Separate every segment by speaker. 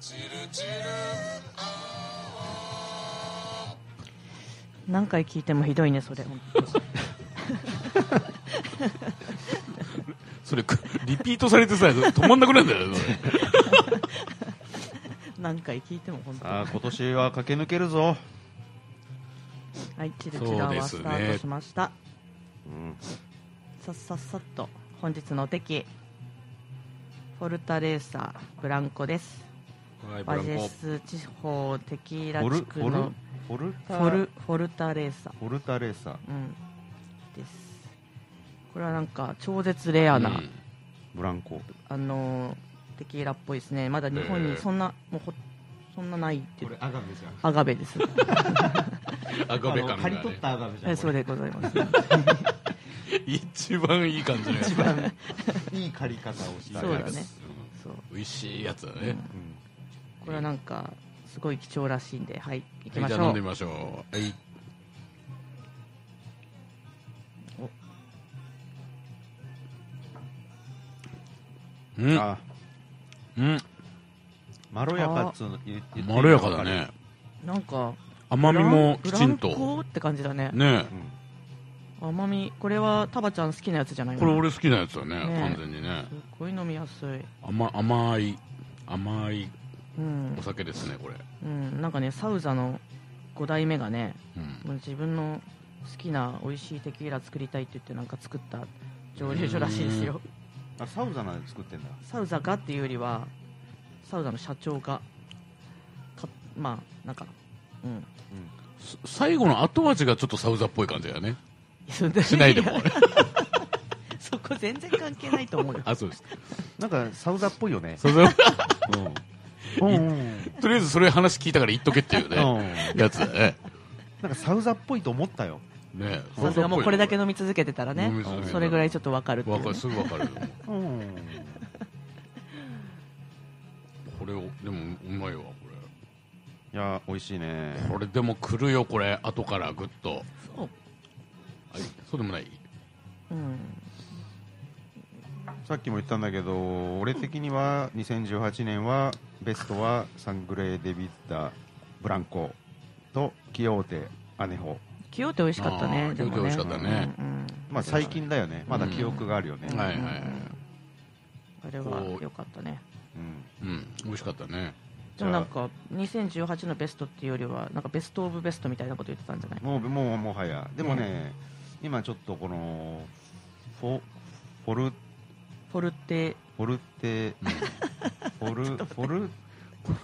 Speaker 1: チルチル
Speaker 2: 何回聞いてもひどいねそれ本当に
Speaker 3: それ、くリピートされてさ、止まんなくなるんだよね、それ
Speaker 2: 何回聞いても本当に
Speaker 4: さあ今年は駆け抜けるぞ、
Speaker 2: はいチルチラはスタ
Speaker 3: そう
Speaker 2: ー
Speaker 3: で
Speaker 2: ト
Speaker 3: す
Speaker 2: しました、
Speaker 4: うん、
Speaker 2: さっさっさっと本日のお敵フォルタレーサーブランコです
Speaker 3: はい、ブ
Speaker 2: バ
Speaker 3: ラ
Speaker 2: ジェ
Speaker 3: ン
Speaker 2: ス地方テキー
Speaker 4: フ
Speaker 2: ラ
Speaker 4: ォル
Speaker 2: 地
Speaker 4: フ
Speaker 2: 区
Speaker 4: ォル
Speaker 2: の
Speaker 4: フォル
Speaker 2: フ
Speaker 4: タ
Speaker 2: ォルフォルタレーサー
Speaker 4: フォルタレーサー
Speaker 2: うんですこれはなんか超絶レアな、
Speaker 3: うん
Speaker 4: ブランコ
Speaker 2: あのーテキーラっぽいですねまだ日本にそんな、もうほそんなないって
Speaker 5: これアガベじゃん
Speaker 2: アガベ です
Speaker 3: コ。アガベ感
Speaker 5: 刈
Speaker 3: が
Speaker 5: り
Speaker 3: ね
Speaker 5: 取ったアガベじゃ
Speaker 2: え
Speaker 5: ん
Speaker 2: そうでございます
Speaker 3: 一番いい感じのやつ。
Speaker 5: 一番いい刈り方をした
Speaker 2: そうだねそう
Speaker 3: 美味しいやつだね。
Speaker 4: うん
Speaker 2: これはなんかすごい貴重らしいんではい行き
Speaker 3: は
Speaker 2: ま
Speaker 3: い
Speaker 2: し
Speaker 3: じゃあ飲
Speaker 2: ょ
Speaker 3: んで
Speaker 2: う
Speaker 3: みましょう。はい。うん、
Speaker 4: あ
Speaker 3: うん、
Speaker 4: まろやかっつうの言言っていいの
Speaker 3: まろやかだね。
Speaker 2: なんか
Speaker 3: 甘みもき
Speaker 2: ブラ
Speaker 3: ち
Speaker 2: ン
Speaker 3: ん
Speaker 2: ブランコ
Speaker 3: と。
Speaker 2: って感じだね
Speaker 3: ね
Speaker 4: う、ん
Speaker 2: 甘みこれはタバちゃん好きなやつじゃないの
Speaker 3: これ俺好きなやつだね、
Speaker 2: ね
Speaker 3: 完全にね。
Speaker 2: すっごい飲みやすい
Speaker 3: 甘、甘い、甘い
Speaker 2: うん
Speaker 3: お、酒ですね、これ。
Speaker 2: うん、なんかねサウザの5代目がね
Speaker 3: うん。
Speaker 2: もう自分の好きな美味しいテキーラ作りたいって言ってなんか作った蒸留所らしいですよ
Speaker 4: あサウザなんで作ってんだ
Speaker 2: サウザがっていうよりはサウザの社長がかまあなんかうん
Speaker 3: す最後の後味がちょっとサウザっぽい感じだよね。し
Speaker 2: し
Speaker 3: ないでもあれ。
Speaker 2: そこ全然関係ないと思うよ
Speaker 3: あ、そうです。
Speaker 4: なんかサウザっぽいよね
Speaker 3: サウザ
Speaker 4: うんうん
Speaker 3: とりあえずそれ話聞いたから言っとけっていうね、やつだね。
Speaker 4: なんかサウザっぽいと思ったよ
Speaker 3: ね
Speaker 2: さすがもうこれだけ
Speaker 3: の。
Speaker 2: 飲み続けてたらね
Speaker 3: 飲み続けてた
Speaker 2: それぐらいちょっとわかるってい
Speaker 3: わ
Speaker 2: う
Speaker 3: か
Speaker 2: ね
Speaker 3: る、すぐわかるよ。
Speaker 4: うん
Speaker 3: これを、でもうまいわ、こ
Speaker 4: いや美味しいね
Speaker 3: れ。これでも来るよ、これ。後からぐっと。はい
Speaker 2: そう、
Speaker 3: そうでもない。
Speaker 2: うん
Speaker 4: さっきも言ったんだけど俺的には2018年はベストはサングレー・デビッダブランコとキヨーテアネホ
Speaker 2: 清って美味しかった
Speaker 3: あー
Speaker 2: ねでも
Speaker 3: 清っ
Speaker 2: ね
Speaker 3: て美味しかったね
Speaker 2: うんうん
Speaker 4: まあ最近だよねまだ記憶があるよね
Speaker 2: うん
Speaker 3: はいはいはい。
Speaker 2: あれは良かったね
Speaker 4: うん
Speaker 3: うん、美味しかったね。
Speaker 2: でもなんか2018のベストっていうよりはなんかベスト・オブ・ベストみたいなこと言ってたんじゃない
Speaker 4: もうもうもはやでもね今ちょっとこのフォフォル
Speaker 2: フォルテ
Speaker 4: フォルテフ ォルフォルフ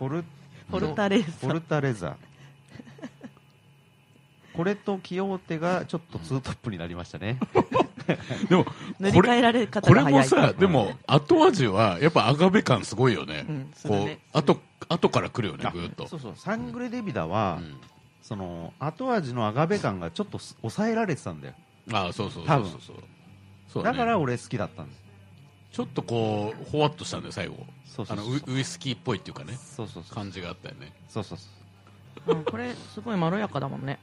Speaker 4: ォル
Speaker 2: フォルタレー
Speaker 4: フ
Speaker 2: サ
Speaker 4: ォル
Speaker 2: ー
Speaker 4: タレザこれとキヨーテがちょっとツートップになりましたね
Speaker 3: でも、
Speaker 2: 塗り
Speaker 3: こ
Speaker 2: 替え
Speaker 3: れ、
Speaker 2: られ方
Speaker 3: こ
Speaker 2: が
Speaker 3: れも
Speaker 2: 早い
Speaker 3: さ、でも、後味は、やっぱアガベ感すごいよね
Speaker 2: うん。する
Speaker 3: こ
Speaker 2: ね
Speaker 3: う、後、後から来るよね、ぐっと
Speaker 4: そ。うそうサングレデビダは、
Speaker 3: うん
Speaker 4: その後味のアガベ感がちょっとす抑えられてたんだよ
Speaker 3: あ、そうそうそ
Speaker 4: 多
Speaker 3: う
Speaker 4: 分
Speaker 3: そうそう。そう
Speaker 4: だ
Speaker 3: ね
Speaker 4: から俺好きだったんです
Speaker 3: ちょっとこう、ほわっとしたんだよ、最後。
Speaker 4: そうそ
Speaker 3: あ
Speaker 4: うそ
Speaker 3: の
Speaker 4: う
Speaker 3: ウウイスキーっぽいっていうかね、
Speaker 4: そうそうそう
Speaker 3: 感じがあったよね。
Speaker 4: そうそうそう
Speaker 2: うんこれすごいまろやかだもんね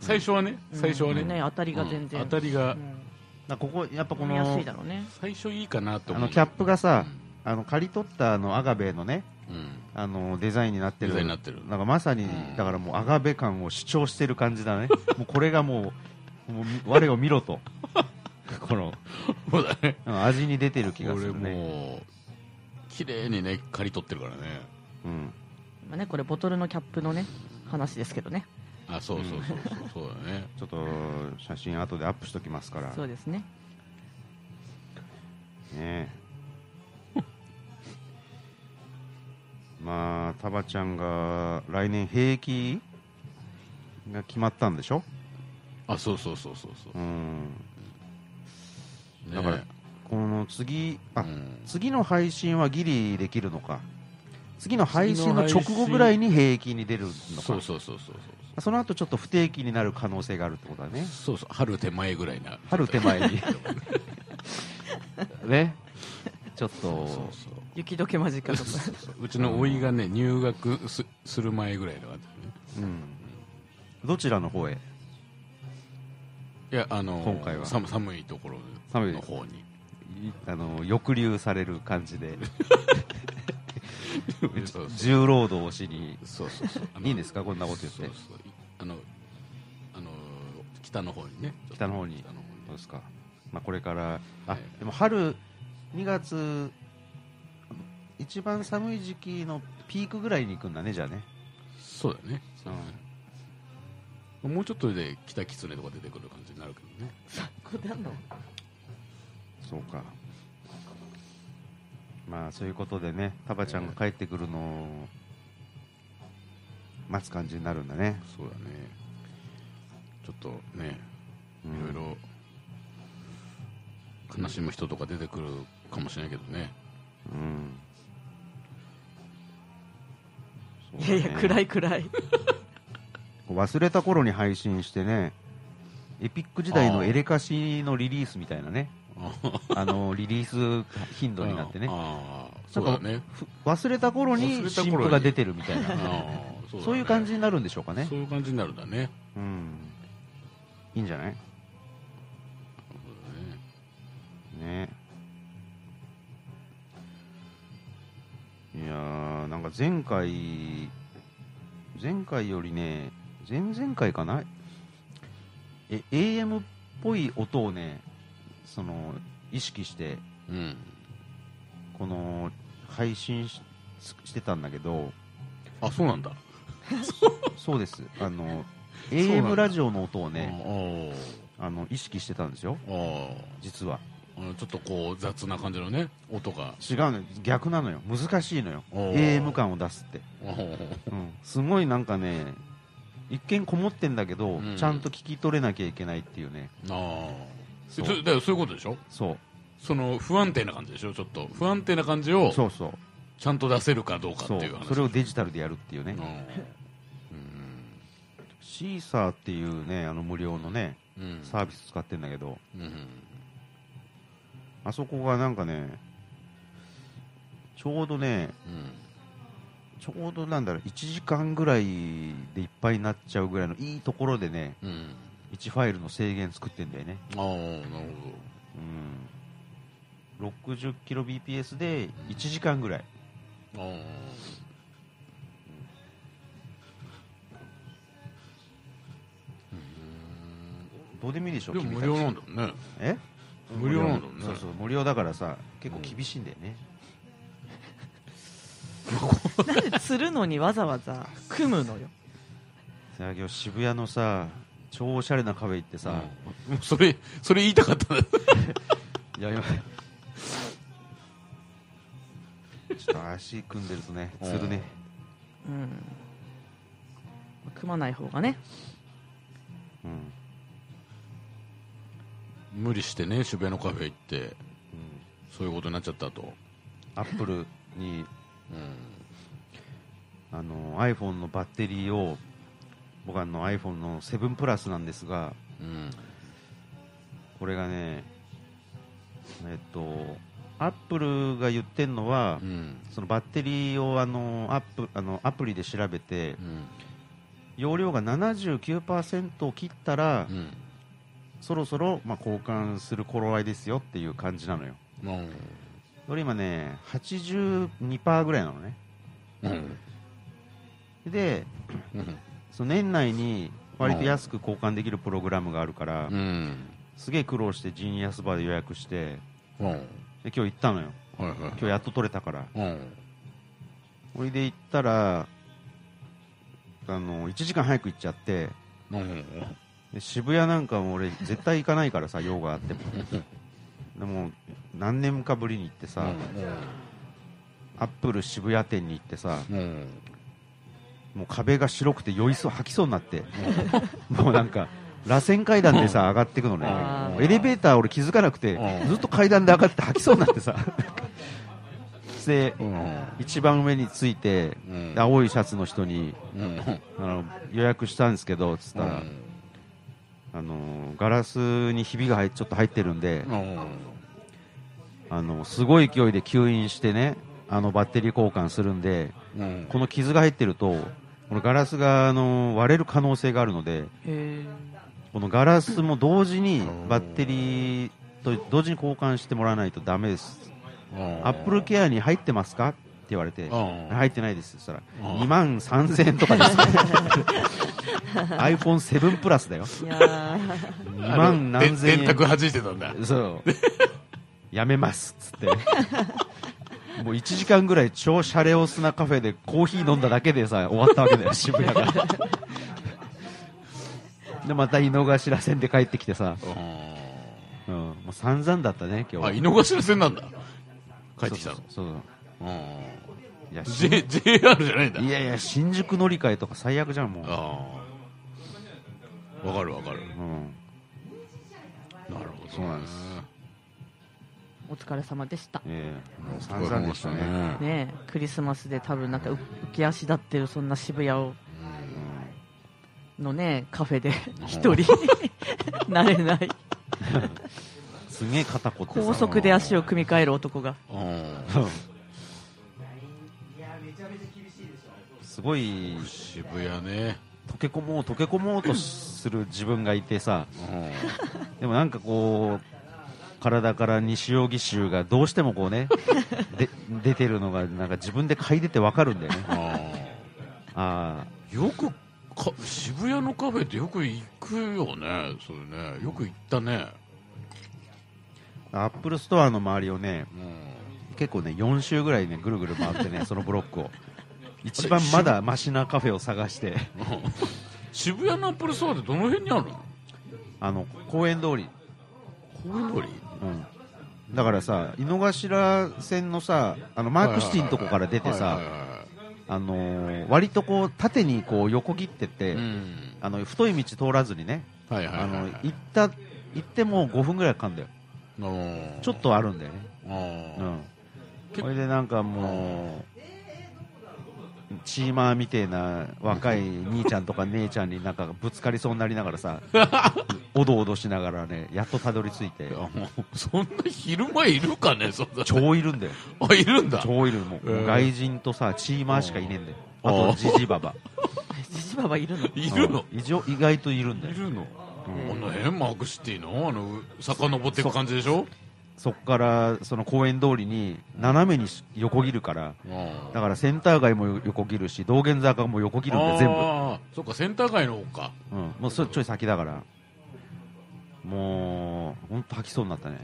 Speaker 3: 最初はね、最初はね。
Speaker 2: うん当たりが全然、
Speaker 3: うん当たりが
Speaker 2: う、ん
Speaker 4: だからここやっぱこ
Speaker 2: 飲みやす
Speaker 4: の
Speaker 2: いだろうね
Speaker 3: 最初いいかなと
Speaker 4: あ
Speaker 3: 思う。
Speaker 4: のキャップがさ、あの刈り取ったあのアガベのね
Speaker 3: うん。
Speaker 4: あのデザインになってる
Speaker 3: デザインになってる
Speaker 4: なんかまさに、
Speaker 3: ん
Speaker 4: だからもうアガベ感を主張してる感じ だねもうこれがもうもうみ我を見ろと この
Speaker 3: そうだね。
Speaker 4: うん味に出てる気が
Speaker 3: こ
Speaker 4: す
Speaker 3: れ
Speaker 4: るね
Speaker 3: もう、綺麗にね、刈り取ってるからね。
Speaker 4: うん
Speaker 2: まあねこれボトルのキャップのね話ですけどね
Speaker 3: あ、そうそうそうそう、そうだね。
Speaker 4: ちょっと写真後でアップしときますから
Speaker 2: そうですね
Speaker 4: ねえまあタバちゃんが来年兵役が決まったんでしょ
Speaker 3: あ、そうそうそうそうそう
Speaker 4: うん
Speaker 3: う。ね
Speaker 4: だからこの次あ、
Speaker 3: うん
Speaker 4: 次の配信はギリできるのか次の配信の直後ぐらいに兵役に出るのか
Speaker 3: そうそうそうそうそう。
Speaker 4: その後ちょっと不定期になる可能性があるってことだね
Speaker 3: そうそう、春手前ぐらいな。
Speaker 4: 春手 前にねちょっと
Speaker 3: そうそう。
Speaker 2: 雪解け間近とか
Speaker 3: そうそううちの甥がね、入学すする前ぐらいだからね。
Speaker 4: うんどちらの方へ
Speaker 3: いや、あの、
Speaker 4: 今回は
Speaker 3: 寒寒いところ
Speaker 4: 寒い
Speaker 3: の 方に。
Speaker 4: あの抑留される感じで
Speaker 3: そうそう
Speaker 4: 重労働をしに
Speaker 3: そうそうそうあの
Speaker 4: いいんですかこんなこと言って
Speaker 3: そうそうあのあの北の方にね
Speaker 4: 北の方に
Speaker 3: 北の方に
Speaker 4: そうですか、まあ、これからあ
Speaker 3: ええ
Speaker 4: でも春2月一番寒い時期のピークぐらいに行くんだねじゃあね
Speaker 3: そうだねそうだねもうちょっとで北狐とか出てくる感じになるけどね
Speaker 2: こだの
Speaker 4: そうかまあそういうことでねタバちゃんが帰ってくるのを待つ感じになるんだね、
Speaker 3: そうだねちょっとね
Speaker 4: う
Speaker 3: い
Speaker 4: ん
Speaker 3: ろいろ悲しむ人とか出てくるかもしれないけどね
Speaker 4: うん
Speaker 2: いやいや暗
Speaker 4: い
Speaker 2: い暗い
Speaker 4: 忘れた頃に配信してねエピック時代のエレカシのリリースみたい なねあのリリース頻度になってね
Speaker 3: ああそうだね
Speaker 4: ふ忘れた頃に新譜が出てるみたい
Speaker 3: あ
Speaker 4: な
Speaker 3: ーそだね
Speaker 4: そういう感じになるんでしょうかね
Speaker 3: そういう感じになるんだね
Speaker 4: うんいいんじゃない
Speaker 3: そうだね
Speaker 4: ねいやーなんか前回前回よりね前々回かなえ AM っぽい音をねその意識して
Speaker 3: うん
Speaker 4: この配信ししてたんだけど
Speaker 3: あそうなんだ
Speaker 4: そうですあ の
Speaker 3: うなんだ
Speaker 4: AM ラジオの音をね
Speaker 3: ね
Speaker 4: あの意識してたんですよ
Speaker 3: あー
Speaker 4: 実は
Speaker 3: あーちょっとこう雑な感じのね音が
Speaker 4: 違うのよ逆なのよ難しいのよ
Speaker 3: おー
Speaker 4: AM 感を出すって
Speaker 3: おー
Speaker 4: うんすごいなんかね一見こもってんだけど、
Speaker 3: うん
Speaker 4: ちゃんと聞き取れなきゃいけないっていうね
Speaker 3: あそ
Speaker 4: そう
Speaker 3: うだからそういうことでしょ
Speaker 4: そう
Speaker 3: その不安定な感じでしょちょっと不安定な感じを
Speaker 4: そうそう
Speaker 3: ちゃんと出せるかどうかって
Speaker 4: そう
Speaker 3: いう話
Speaker 4: それをデジタルでやるっていうね、
Speaker 3: う
Speaker 4: シーサーっていうねあの無料のね
Speaker 3: んうん
Speaker 4: サービス使ってんだけど、
Speaker 3: うん
Speaker 4: あそこがなんかねちょうどねちょうどなんだろう1時間ぐらいでいっぱいになっちゃうぐらいのいいところでね
Speaker 3: うんうん
Speaker 4: 1ファイルの制限作ってんだよね
Speaker 3: ああなるほど
Speaker 4: うん 60kbps で1時間ぐらい
Speaker 3: あー
Speaker 4: どうでもいいでしょ
Speaker 3: でも
Speaker 4: 君
Speaker 3: 無
Speaker 4: たち
Speaker 3: 料なんだもんね
Speaker 4: え
Speaker 3: 無料なんだもんね
Speaker 4: そうそう無料だからさ結構厳しいんだよね、
Speaker 2: なんで釣るのにわざわざ組むのよ
Speaker 4: さあ今日渋谷のさ超おしゃれなカフェ行ってさ、
Speaker 3: うんそれそれ言いたかったんだ
Speaker 4: いや いやちょっと足組んでるとね
Speaker 3: うん
Speaker 4: するね
Speaker 2: うん組まない方がね
Speaker 4: うん、
Speaker 3: 無理してね渋谷のカフェ行って
Speaker 4: うん
Speaker 3: そういうことになっちゃったと
Speaker 4: アップルに
Speaker 3: うん
Speaker 4: あの iPhone のバッテリーを僕あの iPhone の7プラスなんですが
Speaker 3: うん
Speaker 4: これがねえっとアップルが言ってんのは、
Speaker 3: うん
Speaker 4: そのバッテリーをあのアップあのアプリで調べて
Speaker 3: うん
Speaker 4: 容量が79%を切ったら、
Speaker 3: うん
Speaker 4: そろそろ、まあ、交換する頃合いですよっていう感じなのよ
Speaker 3: うん
Speaker 4: 俺今ね82%ぐらいなのね
Speaker 3: うん
Speaker 4: で
Speaker 3: うん
Speaker 4: その年内に割と安く交換できるプログラムがあるから、
Speaker 3: うん
Speaker 4: すげえ苦労して陣安バーで予約して
Speaker 3: うん
Speaker 4: で今日行ったのよ
Speaker 3: はいはい
Speaker 4: 今日やっと取れたから
Speaker 3: うん
Speaker 4: おいで行ったらあの1時間早く行っちゃって
Speaker 3: うん
Speaker 4: で渋谷なんかも俺絶対行かないからさ用があってもでも何年かぶりに行ってさ、アップル渋谷店に行ってさ
Speaker 3: うんうん
Speaker 4: もう壁が白くて酔いそう吐きそうになってもうなんか螺旋階段でさ上がっていくのね
Speaker 2: あー
Speaker 4: エレベーター俺気づかなくて
Speaker 3: うん
Speaker 4: ずっと階段で上がって吐きそうになってさで
Speaker 3: うん
Speaker 4: 一番上について
Speaker 3: うん
Speaker 4: 青いシャツの人に
Speaker 3: うん
Speaker 4: あの予約したんですけどつったら、あのガラスにひびが入っちょっと入ってるんで、あのすごい勢いで吸引してねあのバッテリー交換するんで
Speaker 3: うん
Speaker 4: この傷が入ってるとこのガラスがあの割れる可能性があるので
Speaker 2: へ
Speaker 4: このガラスも同時に
Speaker 3: うん
Speaker 4: バッテリーと同時に交換してもらわないとダメです
Speaker 3: うん
Speaker 4: アップルケアに入ってますかっ言われて、
Speaker 3: うん
Speaker 4: 入ってないですそしたら
Speaker 3: うん
Speaker 4: 2万3000円とかです iPhone7 プラスだよ
Speaker 2: いやー
Speaker 4: 2万何千
Speaker 3: 電
Speaker 4: 円
Speaker 3: 卓外してたんだ
Speaker 4: そうやめますっつ ってもう1時間ぐらい超シャレオスなカフェでコーヒー飲んだだけでさ終わったわけ だよ渋谷がでまた井の頭線で帰ってきてさ、
Speaker 3: うん
Speaker 4: うん、もう散々だったね今日
Speaker 3: あ井の頭線なんだ帰ってきたの
Speaker 4: そうそうそう
Speaker 3: うん
Speaker 4: いやし
Speaker 3: J- JR じゃないんだ
Speaker 4: いやいや新宿乗り換えとか最悪じゃんもう、
Speaker 3: ああわかるわかる
Speaker 4: うん、
Speaker 3: なるほど
Speaker 4: そうなんです
Speaker 2: お疲れ様でした
Speaker 4: ええもう
Speaker 3: 散
Speaker 4: 散々
Speaker 3: 々
Speaker 4: で
Speaker 3: で
Speaker 4: し
Speaker 3: したた
Speaker 4: ね
Speaker 3: ね
Speaker 2: ねえクリスマスで多分なんかう浮き足立ってるそんな渋谷をのねカフェで一人 慣れない
Speaker 4: すげえ肩こってさ
Speaker 2: 高速で足を組み替える男が
Speaker 3: うん
Speaker 4: すごい
Speaker 3: 渋谷ね
Speaker 4: 溶け込もう溶け込もうとする自分がいてさ
Speaker 3: う
Speaker 4: でもなんかこう体から西荻州がどうしてもこうね で出てるのがなんか自分で嗅いでてわかるんだよね
Speaker 3: んあ
Speaker 4: あ
Speaker 3: あよくか渋谷のカフェってよく行くよねそれねよく行ったね
Speaker 4: あアップルストアの周りをね
Speaker 3: うん
Speaker 4: 結構ね4周ぐらいねぐるぐる回ってねそのブロックを一番まだマシなカフェを探して
Speaker 3: 渋谷のアップルストアってどの辺にあるの
Speaker 4: あの公園通り
Speaker 3: 公園通り
Speaker 4: うん、だからさ井の頭線のさあのマークシティのとこから出て
Speaker 3: はい
Speaker 4: さ
Speaker 3: はいは
Speaker 4: あのー割とこう縦にこう横切ってっ
Speaker 3: い
Speaker 4: て、
Speaker 3: うん
Speaker 4: あの太い道通らずにね、
Speaker 3: はいはいはいはい
Speaker 4: あの行った行っても5分ぐらいかかんだよ
Speaker 3: うん
Speaker 4: ちょっとあるんだよね、
Speaker 3: うん
Speaker 4: うん、
Speaker 3: 結構
Speaker 4: これでなんかもうチーマーみてえな若い兄ちゃんとか姉ちゃんになんかぶつかりそうになりなが らさおどおどしながらねやっとたどり着いて
Speaker 3: いやもうそんな昼間いるかねそんな
Speaker 4: 超いるんだよ
Speaker 3: あいるんだ
Speaker 4: 超いるもう、
Speaker 3: えー
Speaker 4: 外人とさチーマーしかいねえんだよあ
Speaker 3: あー
Speaker 4: とジジババ
Speaker 2: ジジババいるの
Speaker 3: いるの
Speaker 4: うん異常意外といるんだ
Speaker 3: い
Speaker 4: よ
Speaker 3: るのこの辺マークシティのあの遡っていく感じでしょ
Speaker 4: そっからその公園通りに斜めにし横切るから
Speaker 3: うん
Speaker 4: だからセンター街も横切るし道玄坂も横切るんだよ全部、
Speaker 3: あーそっかセンター街の方か
Speaker 4: うん、もうそれちょい先だからもう本当吐きそうになったね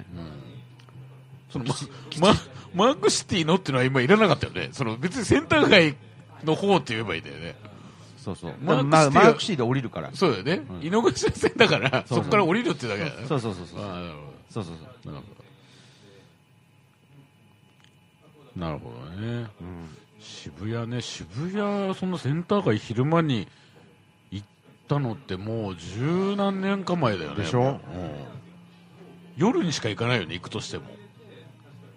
Speaker 3: そのままマークシティのってのは今いらなかったよねその別にセンター街の方って言えばいいんだよね
Speaker 4: そうそう
Speaker 3: マークシティ
Speaker 4: まあ
Speaker 3: は
Speaker 4: マークシーで降りるから
Speaker 3: そうだよね、
Speaker 4: ん
Speaker 3: 井の頭線だから
Speaker 4: そうそう
Speaker 3: そこから降りるってだけだよね
Speaker 4: そうそうそうそう
Speaker 3: あーなる
Speaker 4: そうそうそう
Speaker 3: ほどなるほどね
Speaker 4: うん
Speaker 3: 渋谷ね渋谷そのセンター街昼間に行ったのってもう十何年か前だよね
Speaker 4: でしょ
Speaker 3: やっぱうん夜にしか行かないよね行くとしても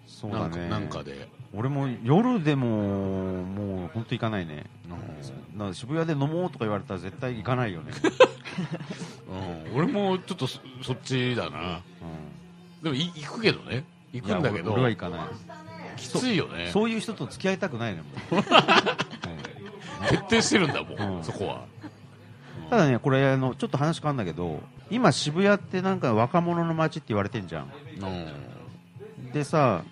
Speaker 4: そう
Speaker 3: な
Speaker 4: だ
Speaker 3: んか
Speaker 4: ね
Speaker 3: なんかで、
Speaker 4: 俺も夜でももう本当行かないね
Speaker 3: う
Speaker 4: なんか渋谷で飲もうとか言われたら絶対行かないよね、
Speaker 3: ん俺もちょっとそそっちだな
Speaker 4: う
Speaker 3: でもい行くけどね行
Speaker 4: ん、
Speaker 3: くんだけ
Speaker 4: いや俺
Speaker 3: ど
Speaker 4: は行かない
Speaker 3: きついよね
Speaker 4: そういう人と付き合いたくないねも う
Speaker 3: 徹底してるんだもん、
Speaker 4: うん
Speaker 3: そこは
Speaker 4: ただねこれあのちょっと話変わるんだけど今渋谷ってなんか若者の街って言われてんじゃん
Speaker 3: うん
Speaker 4: でさ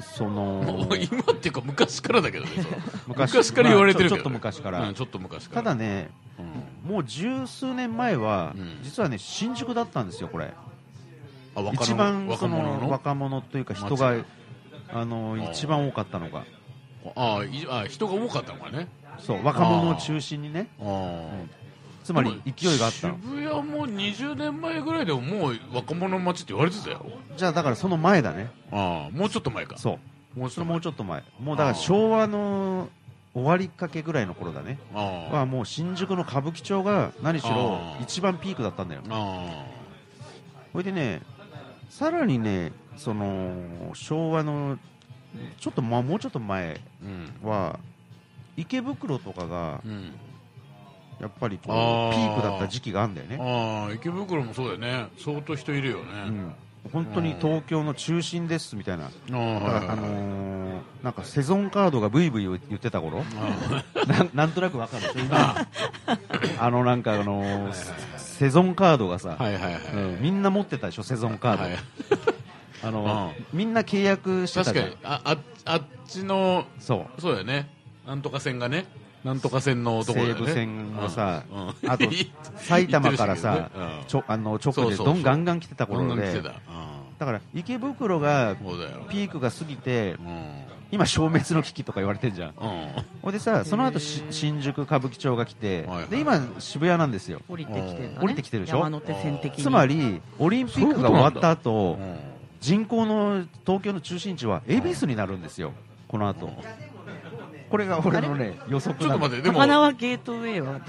Speaker 4: その
Speaker 3: もう今っていうか昔からだけどねその
Speaker 4: 昔
Speaker 3: 昔から言われてるけどね、
Speaker 4: まあちょちょっと昔から
Speaker 3: うんちょっと昔か
Speaker 4: た
Speaker 3: ら
Speaker 4: だね
Speaker 3: うん
Speaker 4: もう十数年前は、
Speaker 3: うん
Speaker 4: 実はね新宿だったんですよこれ
Speaker 3: あ若者
Speaker 4: 一番
Speaker 3: 若
Speaker 4: その
Speaker 3: 者
Speaker 4: 若者
Speaker 3: の
Speaker 4: というか人が
Speaker 3: 街
Speaker 4: あの
Speaker 3: ー
Speaker 4: 一番多かったのが
Speaker 3: ああいあ人が多かったのかね
Speaker 4: そう若者を中心にね
Speaker 3: ああ
Speaker 4: つまり勢いがあったの
Speaker 3: 渋谷も20年前ぐらいでももう若者の街って言われてたよ
Speaker 4: じゃあだからその前だね
Speaker 3: ああもうちょっと前か
Speaker 4: そう
Speaker 3: もうち
Speaker 4: そ
Speaker 3: ょっと前
Speaker 4: れもうちょっと前もうだから昭和の終わりかけぐらいの頃だね
Speaker 3: あ
Speaker 4: はもう新宿の歌舞伎町が何しろ
Speaker 3: あー
Speaker 4: 一番ピークだったんだよ
Speaker 3: ああ
Speaker 4: ほいでねさらにねその昭和のちょっとまあもうちょっと前
Speaker 3: うん
Speaker 4: は池袋とかが
Speaker 3: うん
Speaker 4: やっぱりこう
Speaker 3: あー
Speaker 4: ピークだった時期があるんだよね、
Speaker 3: ああ池袋もそうだよね相当人いるよ
Speaker 4: う
Speaker 3: ね、
Speaker 4: ん、本当に東京の中心ですみたいな
Speaker 3: ああ
Speaker 4: だからあのーなんかセゾンカードがブイブイ言ってた頃
Speaker 3: あ
Speaker 4: なん なんとなくわかるでしょ今あのなんかあのーセセゾンカードがさ、
Speaker 3: あはいはいはい、
Speaker 4: うんみんな持ってたでしょセゾンカード、
Speaker 3: はい
Speaker 4: あの、みんな契約してた
Speaker 3: 確か
Speaker 4: じゃ
Speaker 3: に
Speaker 4: ん
Speaker 3: あああっちの
Speaker 4: そう
Speaker 3: そうだよねなんとか線がねなんとか線の男だよね
Speaker 4: 西武線もさ
Speaker 3: うん
Speaker 4: あと
Speaker 3: 言って
Speaker 4: 埼玉から
Speaker 3: 言っ
Speaker 4: さ
Speaker 3: てるしねうん
Speaker 4: ちょあの直
Speaker 3: そう
Speaker 4: で
Speaker 3: そう
Speaker 4: どんガンガン来てた
Speaker 3: こんな
Speaker 4: 頃
Speaker 3: の来て
Speaker 4: で
Speaker 3: た、う
Speaker 4: だから池袋が
Speaker 3: ん、そうだよ、
Speaker 4: ピークが過ぎて
Speaker 3: うん
Speaker 4: 今消滅の危機とか言われてんじゃん
Speaker 3: う
Speaker 4: ほいでさその後し新宿歌舞伎町が来て
Speaker 3: はいはい
Speaker 4: で今渋谷なんですよ
Speaker 2: 降りてきてる、ね、
Speaker 4: 降りてきてるでしょ
Speaker 2: 山手線的に
Speaker 4: つまりオリンピックが終わった後
Speaker 3: んうん
Speaker 4: 人口の東京の中心地は恵比寿になるんですよこの後これが俺のね予測
Speaker 3: ちょっと
Speaker 4: なの
Speaker 3: 待ってでも
Speaker 2: 高輪ゲートウェイ は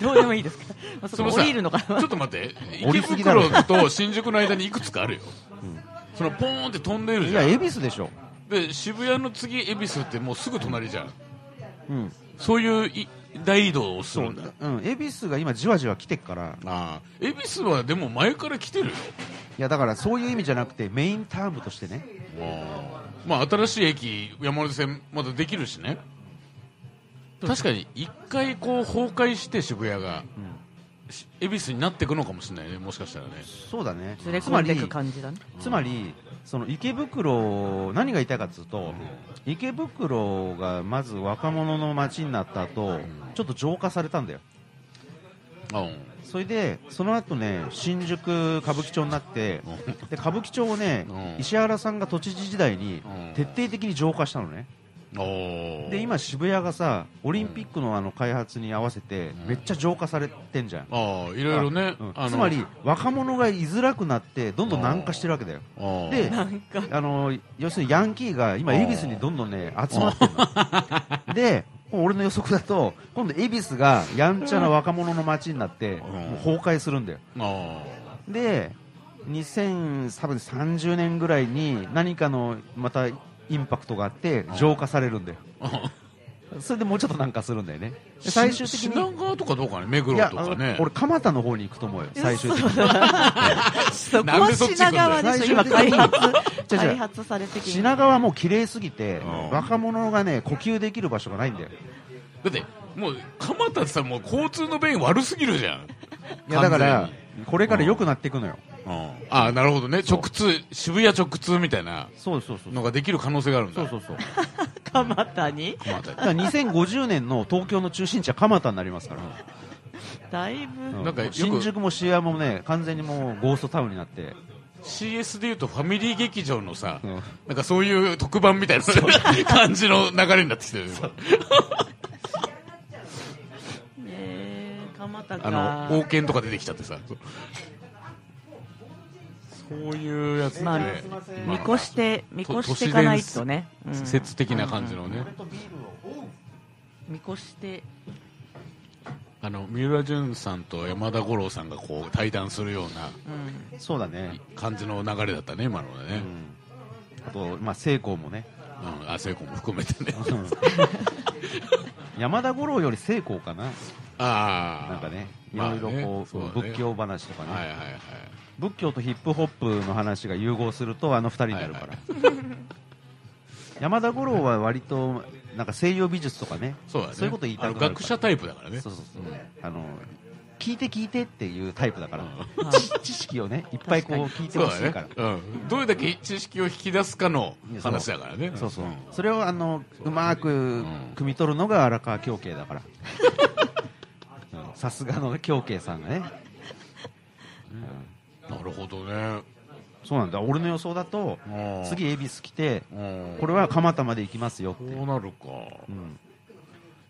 Speaker 2: どうでもいいですか、まあ、そ
Speaker 3: そ
Speaker 2: こ
Speaker 3: の
Speaker 2: 降
Speaker 3: さ
Speaker 2: りるのかな
Speaker 3: ちょっと待って
Speaker 4: 降
Speaker 3: 池
Speaker 4: りすぎだろ
Speaker 3: 袋と新宿の間にいくつかあるよ、そのポーンって飛んでる
Speaker 4: い
Speaker 3: じゃ
Speaker 4: や
Speaker 3: ん
Speaker 4: 恵比寿でしょ
Speaker 3: で渋谷の次恵比寿ってもうすぐ隣じゃん
Speaker 4: うん
Speaker 3: そういうい大移動をす
Speaker 4: そ
Speaker 3: る
Speaker 4: うん
Speaker 3: だ
Speaker 4: うん恵比寿が今じわじわ来てっか
Speaker 3: あ
Speaker 4: ら
Speaker 3: あ恵比寿はでも前から来てるよ
Speaker 4: いやだからそういう意味じゃなくてメインタームとしてね
Speaker 3: まあ新しい駅山手線まだできるしね確かに一回こう崩壊して渋谷が、し恵比寿になっていくのかもしれないねもしかしたらね
Speaker 4: そうだね
Speaker 2: 連れ
Speaker 4: つま
Speaker 2: 込んで
Speaker 4: り
Speaker 2: いく感じだね
Speaker 4: つまりその池袋何が言いたいかっつうと池袋がまず若者の街になった後ちょっと浄化されたんだよ
Speaker 3: あうん
Speaker 4: それでその後ね新宿歌舞伎町になってで歌舞伎町をね
Speaker 3: うん
Speaker 4: 石原さんが都知事時代に
Speaker 3: うん
Speaker 4: 徹底的に浄化したのね
Speaker 3: おー
Speaker 4: で今渋谷がさオリンピックのあの開発に合わせてめっちゃ浄化されてんじゃん
Speaker 3: ああいろいろね、
Speaker 4: うん
Speaker 3: あの
Speaker 4: つまり若者が居づらくなってどんどん南下してるわけだよ
Speaker 3: あー
Speaker 4: で
Speaker 2: なんか
Speaker 4: あの要するにヤンキーが今、
Speaker 3: あー
Speaker 4: 恵比寿にどんどんね集まってるので、俺の予測だと、今度、恵比寿がやんちゃな若者の街になって、もう崩壊するんだよ、
Speaker 3: あ
Speaker 4: で、2030年ぐらいに何かのまたインパクトがあって、浄化されるんだよ、
Speaker 3: ー
Speaker 4: それでもうちょっと南下するんだよね、で最終的
Speaker 3: し
Speaker 4: に。
Speaker 3: 品川とかどうかね目
Speaker 4: い
Speaker 3: 黒
Speaker 4: や
Speaker 3: と
Speaker 4: あ
Speaker 3: かね
Speaker 4: の俺、蒲田の方に行くと思うよ、最終的に。
Speaker 2: そこ
Speaker 3: なん
Speaker 2: は
Speaker 3: でそっち行く
Speaker 2: 品
Speaker 3: んだよ
Speaker 2: 川でしょ今開発
Speaker 4: 違う違う
Speaker 2: 開発されてきて
Speaker 4: 品川もう綺麗すぎて
Speaker 3: うん、
Speaker 4: 若者がね、呼吸できる場所がないんだよ。
Speaker 3: だってもう蒲田さんもう交通の便悪すぎるじゃん
Speaker 4: いやだから
Speaker 3: 完全に、
Speaker 4: これから良くなっていくのよ。
Speaker 3: ああなるほどね直通渋谷直通みたいな
Speaker 4: そうそうそう。
Speaker 3: のができる可能性があるんだ
Speaker 4: そうそうそう。だ
Speaker 2: 蒲田に
Speaker 3: 蒲田
Speaker 4: から2050年の東京の中心地は蒲田になりますから。
Speaker 2: だいぶ、
Speaker 4: うん
Speaker 3: なんかよく
Speaker 4: 新宿も渋谷もね、完全にもうゴーストタウンになって。
Speaker 3: CS でいうとファミリー劇場のさ、
Speaker 4: うん
Speaker 3: なんかそういう特番みたいな感じの流れになってきてる
Speaker 2: えー、蒲田
Speaker 3: あ
Speaker 2: か
Speaker 3: の王権とか出てきちゃってさそうそういうやつで、
Speaker 2: まあ見越して見越していかないとね、うん
Speaker 3: 説的な感じのね、
Speaker 2: 見越して
Speaker 3: あの三浦淳さんと山田五郎さんがこう対談するような
Speaker 2: うん
Speaker 4: そうだね。
Speaker 3: 感じの流れだったね今のは
Speaker 4: う
Speaker 3: ね、
Speaker 4: んあと、まあ、成功 もね。
Speaker 3: うんあ聖子も含めてね
Speaker 4: 山田五郎より成功かな。
Speaker 3: ああ
Speaker 4: なんかね、い
Speaker 3: まあ
Speaker 4: ろ
Speaker 3: ね
Speaker 4: いろこ
Speaker 3: そううだね
Speaker 4: 仏教話とか
Speaker 3: はい
Speaker 4: ね。
Speaker 3: はいはい
Speaker 4: 仏教とヒップホップの話が融合すると、あの二人になるか
Speaker 3: はい
Speaker 4: ら。山田五郎は割と、なんか西洋美術とかね。
Speaker 3: そうだね
Speaker 4: そういうこと言いたくな
Speaker 3: あ
Speaker 4: る
Speaker 3: の
Speaker 4: から
Speaker 3: 学者タイプだからね
Speaker 4: そうそうそう、あの聞いて聞いてっていうタイプだから、
Speaker 2: ん
Speaker 4: 知知識をねいっぱいこう聞いて
Speaker 3: そう
Speaker 4: ほし
Speaker 3: だ
Speaker 4: い
Speaker 3: ね
Speaker 4: から、
Speaker 3: うん、どれだけ知識を引き出すかの
Speaker 4: いやそう
Speaker 3: 話だからね
Speaker 4: そうそう、
Speaker 3: ん
Speaker 4: それをあのうまーく
Speaker 3: ん
Speaker 4: 汲み取るのが荒川京慶だから、うんさすがの京慶さんがね、
Speaker 3: なるほどね
Speaker 4: そうなんだ俺の予想だと
Speaker 3: うん
Speaker 4: 次恵比寿来て
Speaker 3: うん
Speaker 4: これは蒲田まで行きますよって、
Speaker 3: こうなるか
Speaker 4: うん、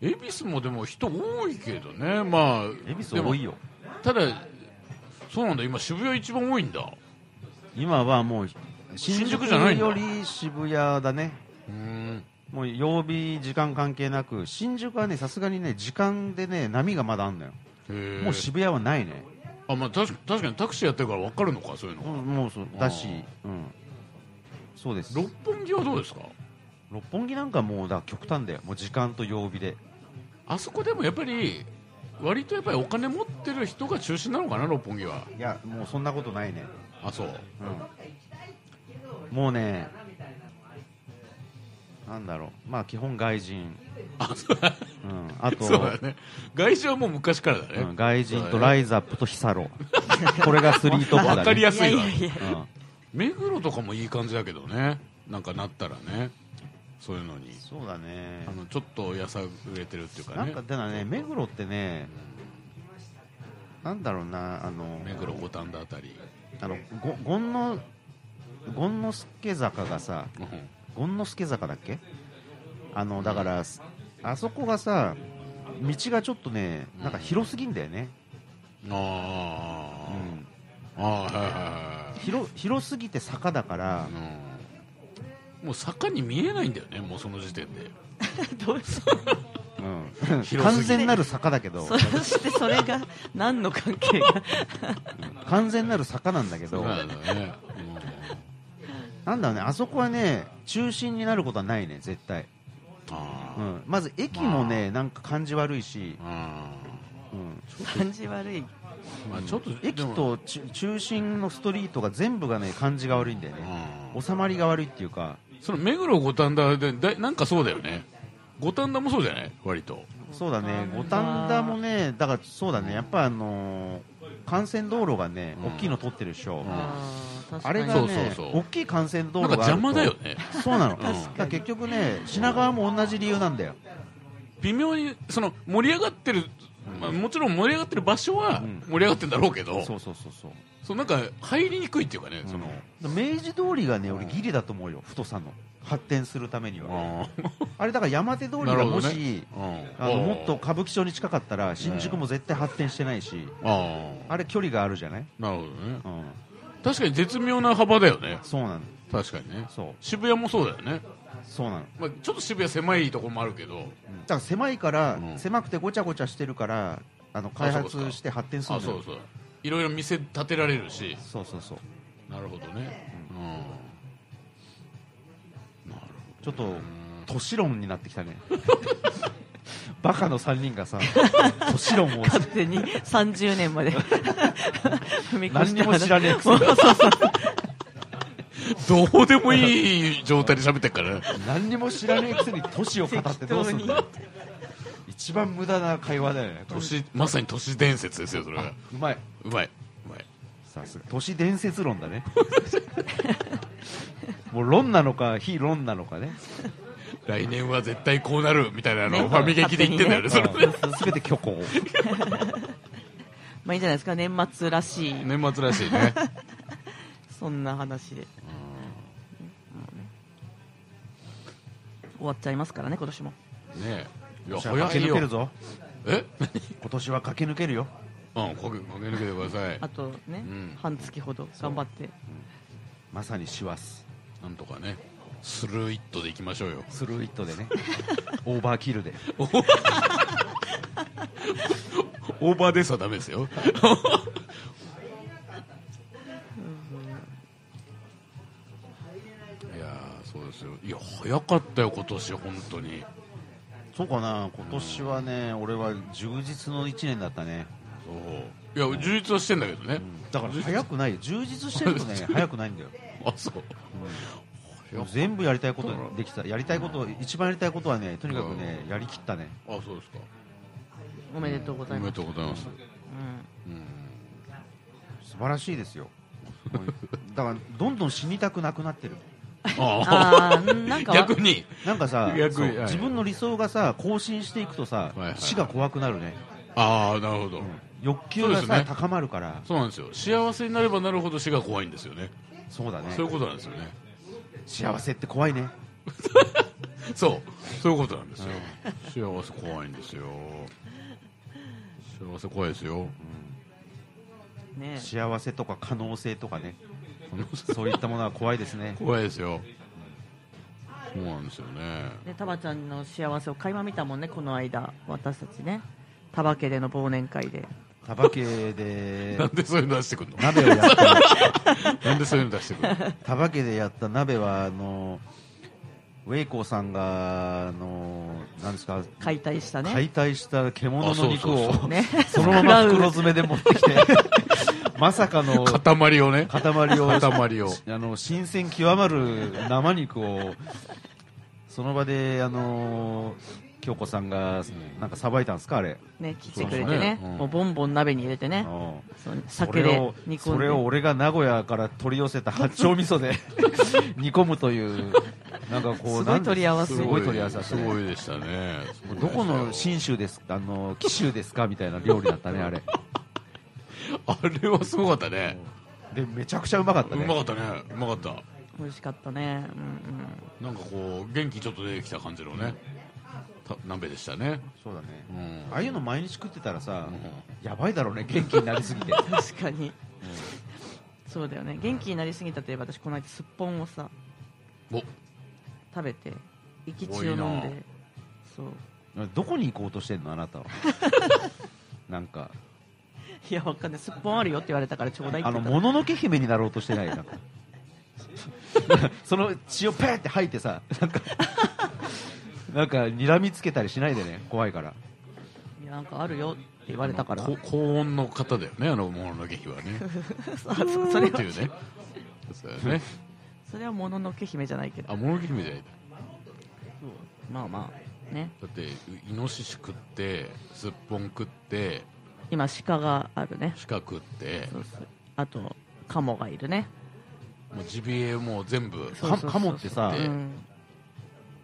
Speaker 3: 恵比寿もでも人多いけどねまあ
Speaker 4: 恵比寿多い
Speaker 3: よ
Speaker 4: よ
Speaker 3: ただそうなんだ今渋谷一番多いんだ
Speaker 4: 今はもう新
Speaker 3: 宿
Speaker 4: 宿
Speaker 3: じゃないんだ
Speaker 4: より渋谷だね
Speaker 3: うん
Speaker 4: もう曜日時間関係なく新宿はねさすがにね時間でね波がまだあんのよ
Speaker 3: へえ
Speaker 4: もう渋谷はないね、
Speaker 3: あ、まあ、確か確かにタクシーやってるから分かるのかそういうの、
Speaker 4: うん、もうそうだし、うん、そうです
Speaker 3: 六本木はどうですか
Speaker 4: 六本木なんかもうだ極端だよもう時間と曜日で
Speaker 3: あそこでもやっぱり割とやっぱりお金持ってる人が中心なのかな六本木はい
Speaker 4: やもうそんなことないね、
Speaker 3: あそう
Speaker 4: うん、もうねなんだろうまあ基本外人
Speaker 3: あそうだ
Speaker 4: うん、あと
Speaker 3: そうだね外資はもう昔からだね、
Speaker 4: うん外人とライザップとヒサロこれがスリートップだ、ね、
Speaker 3: 分かりや
Speaker 2: い
Speaker 3: す
Speaker 2: やい
Speaker 3: いわ
Speaker 2: やいや
Speaker 4: うん
Speaker 3: 目黒とかもいい感じだけどねなんかなったらねそういうのに
Speaker 4: そうだね
Speaker 3: あのちょっとやさぐれてるっていうかね
Speaker 4: なんかだからね目黒ってねなんだろうなあの
Speaker 3: 目黒五反田あたり、
Speaker 4: あのご権の権之助坂がさ
Speaker 3: うん
Speaker 4: 権之助坂だっけあのだからあそこがさ道がちょっとねなんか広すぎんだよね、
Speaker 3: あ
Speaker 4: う
Speaker 3: ー、あー
Speaker 4: ん、
Speaker 3: はいはい
Speaker 4: 広広すぎて坂だから
Speaker 3: はいはい、うん、もう坂に見えないんだよねもうその時点で
Speaker 2: どうし
Speaker 4: うん、
Speaker 3: 広すぎて
Speaker 4: 完全なる坂だけど
Speaker 2: そしてそれが何の関係が
Speaker 4: 完全なる坂なんだけど
Speaker 3: そうなんだね、うん
Speaker 4: なんだろうねあそこはね中心になることはないね絶対、
Speaker 3: あ
Speaker 4: う
Speaker 3: ー
Speaker 4: ん、まず駅もね、なんか感じ悪いし、
Speaker 3: あ
Speaker 4: うん
Speaker 2: 感じ悪い
Speaker 3: ー、まあ、ちょっと
Speaker 4: 駅
Speaker 3: でも
Speaker 4: とち中心のストリートが全部がね感じが悪いんだよね
Speaker 3: うん
Speaker 4: 収まりが悪いっていうか
Speaker 3: その目黒五反田でだいなんかそうだよね五反田もそうじゃない割と
Speaker 4: そうだね五反田もねだからそうだねやっぱあのー幹線道路がね、
Speaker 3: うん
Speaker 4: 大きいの取ってるでしょ、
Speaker 2: あー確か
Speaker 4: あれが
Speaker 3: そう
Speaker 4: ね
Speaker 3: そうそう
Speaker 4: 大きい幹線道
Speaker 3: なんか
Speaker 4: 路があ
Speaker 3: 邪魔
Speaker 4: ると
Speaker 3: だよね
Speaker 4: そうなの、
Speaker 3: かに
Speaker 4: だから結局ね品川も同じ理由なんだよ、
Speaker 3: 微妙にその盛り上がってる、まあ、もちろん盛り上がってる場所は
Speaker 4: うん
Speaker 3: 盛り上がってるんだろうけど、
Speaker 4: そうそうそうそう
Speaker 3: そうなんか入りにくいっていうかね、その
Speaker 4: 明治通りがね俺ギリだと思うよ太さの発展するためには
Speaker 3: あ
Speaker 4: あれだから山手通り
Speaker 3: な
Speaker 4: が
Speaker 3: るほ
Speaker 4: も
Speaker 3: ど
Speaker 4: し、
Speaker 3: ねー
Speaker 4: あのもっと
Speaker 3: あ
Speaker 4: 歌舞伎町に近かったら新宿も絶対発展してないし
Speaker 3: あ
Speaker 4: あれ距離があるじゃない、
Speaker 3: なるほどね
Speaker 4: うん、
Speaker 3: 確かに絶妙な幅だよね
Speaker 4: そうなの
Speaker 3: 確かにね
Speaker 4: そう
Speaker 3: 渋谷もそうだよね、
Speaker 4: そうなの
Speaker 3: まあ、ちょっと渋谷狭いところもあるけど
Speaker 4: だから狭いから、
Speaker 3: うん
Speaker 4: 狭くてごちゃごちゃしてるからあの開発して発展する
Speaker 3: あ
Speaker 4: んだ
Speaker 3: そ
Speaker 4: よ
Speaker 3: うそういろいろ店建てられるし
Speaker 4: そうそうそう
Speaker 3: なるほどねうん、なる
Speaker 4: ちょっと都市論になってきたね バカの3人がさ都市論を
Speaker 2: 勝手に30年 まで踏み越
Speaker 4: 何
Speaker 2: し
Speaker 4: に
Speaker 2: て
Speaker 4: も知らねえくせ
Speaker 2: も
Speaker 4: に
Speaker 2: うそうそう
Speaker 3: ほどどうでもいい状態で喋ってるからね
Speaker 4: 何にも知らねえくせに都市を語ってどうすんだよ一番無駄な会話だよね
Speaker 3: 都市まさに都市伝説ですよそれが
Speaker 4: うまいう
Speaker 3: まいうまい
Speaker 4: さすが都市伝説論だね もう論なのか非論なのかね
Speaker 3: 来年は絶対こうなるみたいなのを
Speaker 2: ね
Speaker 3: ファミ劇で言ってんだよねそ
Speaker 4: す
Speaker 3: れ
Speaker 4: べて虚構
Speaker 2: まあいいんじゃないですか年末らしい
Speaker 3: 年末らしいね
Speaker 2: そんな話で終わっちゃいますからね今年も
Speaker 3: ねえいや
Speaker 4: 駆
Speaker 3: 早
Speaker 4: け
Speaker 3: い
Speaker 4: 抜ける
Speaker 3: よ
Speaker 4: ぞ
Speaker 3: え
Speaker 4: 今年は駆け抜けるよ
Speaker 3: 何うん駆け抜けてください
Speaker 2: あと
Speaker 3: う
Speaker 2: ね、
Speaker 3: ん
Speaker 2: 半月ほど頑張って
Speaker 4: まさに師走
Speaker 3: なんとかねスルーイットでいきましょうよ
Speaker 4: スルーイット でねオーバーキルで
Speaker 3: オーバーですはダメですよいやーそうですよいや早かったよ今年本当に
Speaker 4: そうかな今年はね俺は充実の1年だったね
Speaker 3: そういや充実はしてんだけどね、
Speaker 4: だから早くないよ充実してる とね早くないんだよ
Speaker 3: あそう
Speaker 4: 全部やりたいことできたやりたいこと一番やりたいことはねとにかくねやりきったね
Speaker 3: あそうですか
Speaker 2: おめでとうご
Speaker 3: お
Speaker 2: ざい
Speaker 3: めで
Speaker 2: ます、
Speaker 3: とうございます
Speaker 2: うん
Speaker 4: 素晴らしいですよだからどんどん死にたくなくなってる
Speaker 3: あ
Speaker 2: ああ なん
Speaker 3: あ
Speaker 2: かわ
Speaker 3: 逆に
Speaker 4: なんか さ
Speaker 3: 逆
Speaker 4: そう
Speaker 3: はい
Speaker 4: 自分の理想がさ更新していくとさ、
Speaker 3: いはいはい
Speaker 4: 死が怖くなるね
Speaker 3: ああなるほど、
Speaker 4: 欲求が
Speaker 3: そうで
Speaker 4: さ、
Speaker 3: すね
Speaker 4: 高まるから
Speaker 3: そうなんですよ幸せになればなるほど死が怖いんですよね
Speaker 4: そうだね
Speaker 3: そういうことなんですよね
Speaker 4: 幸せって怖いね
Speaker 3: そうそういうことなんですよ幸せ怖いんですよ幸せ怖いですよ
Speaker 2: ね
Speaker 4: 幸せとか可能性とかねそういったものは怖いで すね
Speaker 3: 怖いですよそうなんですよね
Speaker 2: ねタバちゃんの幸せを垣間見たもんねこの間私たちねタバ家での忘年会で
Speaker 4: タバケで
Speaker 3: なんでそういうの出してくるの
Speaker 4: 鍋をやった
Speaker 3: なんでそういうの出してくるの
Speaker 4: タバケでやった鍋はあのウェイコーさんがあのなんですか
Speaker 2: 解体したね
Speaker 4: 解体した獣
Speaker 3: あそ
Speaker 4: の
Speaker 3: う
Speaker 4: 肉
Speaker 3: そうそう
Speaker 4: を
Speaker 2: ね
Speaker 4: そのまま袋詰めで持ってき てまさか の
Speaker 3: 塊をね
Speaker 4: 塊
Speaker 3: 塊
Speaker 4: を
Speaker 3: を
Speaker 4: あの新鮮極まる生肉をその場であの京子さんがなんかさばいたんですかあれ
Speaker 2: ね、切ってくれてね
Speaker 3: そうそうねうん
Speaker 2: もうボンボン鍋に入れてね、
Speaker 4: うん
Speaker 2: そう
Speaker 4: そ
Speaker 2: 酒
Speaker 4: れ
Speaker 2: で
Speaker 4: を
Speaker 2: 煮込
Speaker 4: それを
Speaker 2: んで。
Speaker 4: 俺が名古屋から取り寄せた八丁味 噌で煮込むというなんかこ
Speaker 2: す
Speaker 4: う
Speaker 2: ごい取り合わせ
Speaker 4: なんですごい取り合わせだった
Speaker 3: す
Speaker 4: ね
Speaker 3: ごいでしたね
Speaker 4: どこの信州ですかあの紀州ですかみたいな料理だったねあれ
Speaker 3: あれはすごかったね
Speaker 4: でめちゃくちゃうまかった
Speaker 3: う
Speaker 4: ね
Speaker 3: まかったねうまかった
Speaker 2: 美味しかったね。うん
Speaker 3: なんかこう元気ちょっと出てきた感じのねた鍋でしたね
Speaker 4: そうだね
Speaker 3: うん
Speaker 4: ああいうの毎日食ってたらさ
Speaker 3: うん
Speaker 4: やばいだろうね元気になりすぎて
Speaker 2: うん。確かに。そうだよね。元気になりすぎたといえば、私この間すっぽんをさ、
Speaker 3: お
Speaker 2: 食べて、息血を飲
Speaker 3: す
Speaker 2: ん
Speaker 3: ごいな
Speaker 2: で。そう。
Speaker 4: どこに行こうとしてんのあなたはなんか
Speaker 2: いや、わかんない。すっぽんあるよって言われたから、ちょうだいって
Speaker 4: あの
Speaker 2: 言った
Speaker 4: もののけ姫になろうとしてないなんか その血をペーって吐いてさなんかなんか睨みつけたりしないでね怖いから
Speaker 2: いや、なんかあるよって言われたから。
Speaker 3: こ高温の方だよねあのもののけ姫はね
Speaker 2: あ そうそれ
Speaker 3: って
Speaker 2: は、
Speaker 3: いうねそうだよね
Speaker 2: それはもののけ姫じゃないけど。
Speaker 3: あもののけ姫じゃない
Speaker 2: まあまあ。ね。
Speaker 3: だってイノシシ食ってすっぽん食って
Speaker 2: 今、鹿があるね。
Speaker 3: 鹿食って
Speaker 2: そうそう。あと、カモがいるね。
Speaker 3: もうジビエもう全部
Speaker 2: そうそうそうそう
Speaker 4: カモってさ
Speaker 2: うん。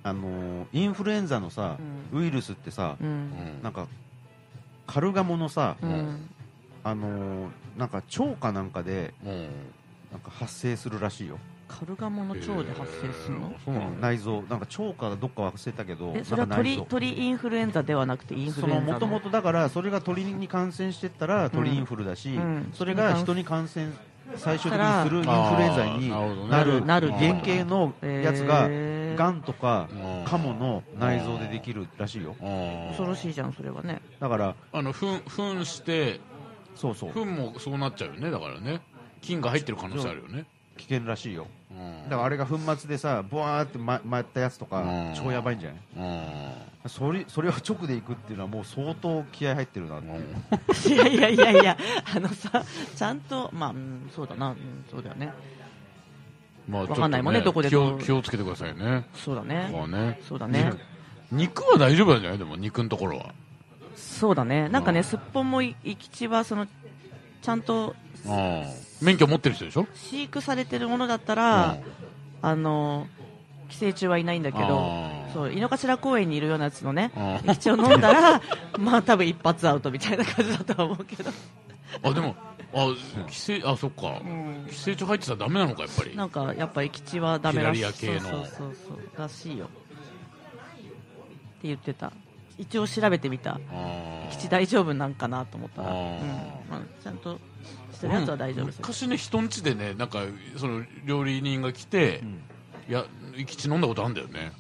Speaker 4: あのーインフルエンザのさ、ウイルスってさ
Speaker 2: う、。
Speaker 3: うんん
Speaker 4: なんかカルガモのさ、
Speaker 2: うん。
Speaker 4: あのーなんか腸かなんかで
Speaker 3: うん
Speaker 4: なんか発生するらしいよ、
Speaker 2: カルガモの腸で発生するの
Speaker 3: へー
Speaker 4: 内臓なんか腸かどっか忘れたけど
Speaker 2: えそれは
Speaker 4: なんか
Speaker 2: 鳥
Speaker 4: 内臓
Speaker 2: 鳥インフルエンザではなくてインフ
Speaker 4: そ
Speaker 2: ルエ
Speaker 4: の
Speaker 2: ンザ
Speaker 4: も
Speaker 2: の
Speaker 4: ともとだからそれが鳥に感染してったら鳥インフルだし、
Speaker 2: うん
Speaker 4: それが人に感染最終的にするインフルエンザに
Speaker 3: あ
Speaker 4: な
Speaker 3: ー
Speaker 4: る
Speaker 2: なるなる
Speaker 4: 原型のやつが
Speaker 2: へー
Speaker 4: がんとか
Speaker 3: うん
Speaker 4: カモの内臓でできるらしいよ
Speaker 3: あ
Speaker 2: 恐ろ
Speaker 3: ー
Speaker 2: しいじゃんそれはね
Speaker 4: だから
Speaker 3: あのふんふんして
Speaker 4: そうそう
Speaker 3: ふんもそうなっちゃうよねだからね菌が入ってる可能性あるよね
Speaker 4: 危険らしいよ
Speaker 3: うん
Speaker 4: だからあれが粉末でさボワーってま回ったやつとか
Speaker 3: うん
Speaker 4: 超やばいんじゃない
Speaker 3: うん
Speaker 4: それそれを直で行くっていうのはもう相当気合入ってるなって
Speaker 3: うん
Speaker 2: いやいやいやいやあのさちゃんとまあ、うん、そうだな、うん、そうだよね
Speaker 3: まあ
Speaker 2: わかんないもんね
Speaker 3: ちょっと
Speaker 2: どこでどう
Speaker 3: 気を気をつけてくださいね
Speaker 2: そうだ
Speaker 3: ここは
Speaker 2: ね
Speaker 3: ね
Speaker 2: そうだね
Speaker 3: 肉は大丈夫なんじゃないでも肉のところは
Speaker 2: そうだねなんかねすっぽんもい生き血はそのちゃんと
Speaker 3: うん免許持ってる人でしょ
Speaker 2: 飼育されてるものだったら、あの寄生虫はいないんだけど
Speaker 3: あー
Speaker 2: そう井の頭公園にいるようなやつのね
Speaker 3: あー
Speaker 2: 液体を飲んだらまあ多分一発アウトみたいな感じだとは思うけど
Speaker 3: あでもあ寄生あそっか寄生虫入ってたらダメなのかやっぱり
Speaker 2: なんかやっぱ駅地はダメらしい
Speaker 3: キラリア系の
Speaker 2: そうそうそうそうらしいよって言ってた一応調べてみた
Speaker 3: あ
Speaker 2: 基
Speaker 3: ー
Speaker 2: 地大丈夫なんかなと思ったら、
Speaker 3: あ
Speaker 2: う
Speaker 3: ー
Speaker 2: んまあ、ちゃんとしてるやつは大丈夫ですよ、
Speaker 3: 昔ね人ん家でねなんかその料理人が来て、いや生き血飲んだことあるんだよね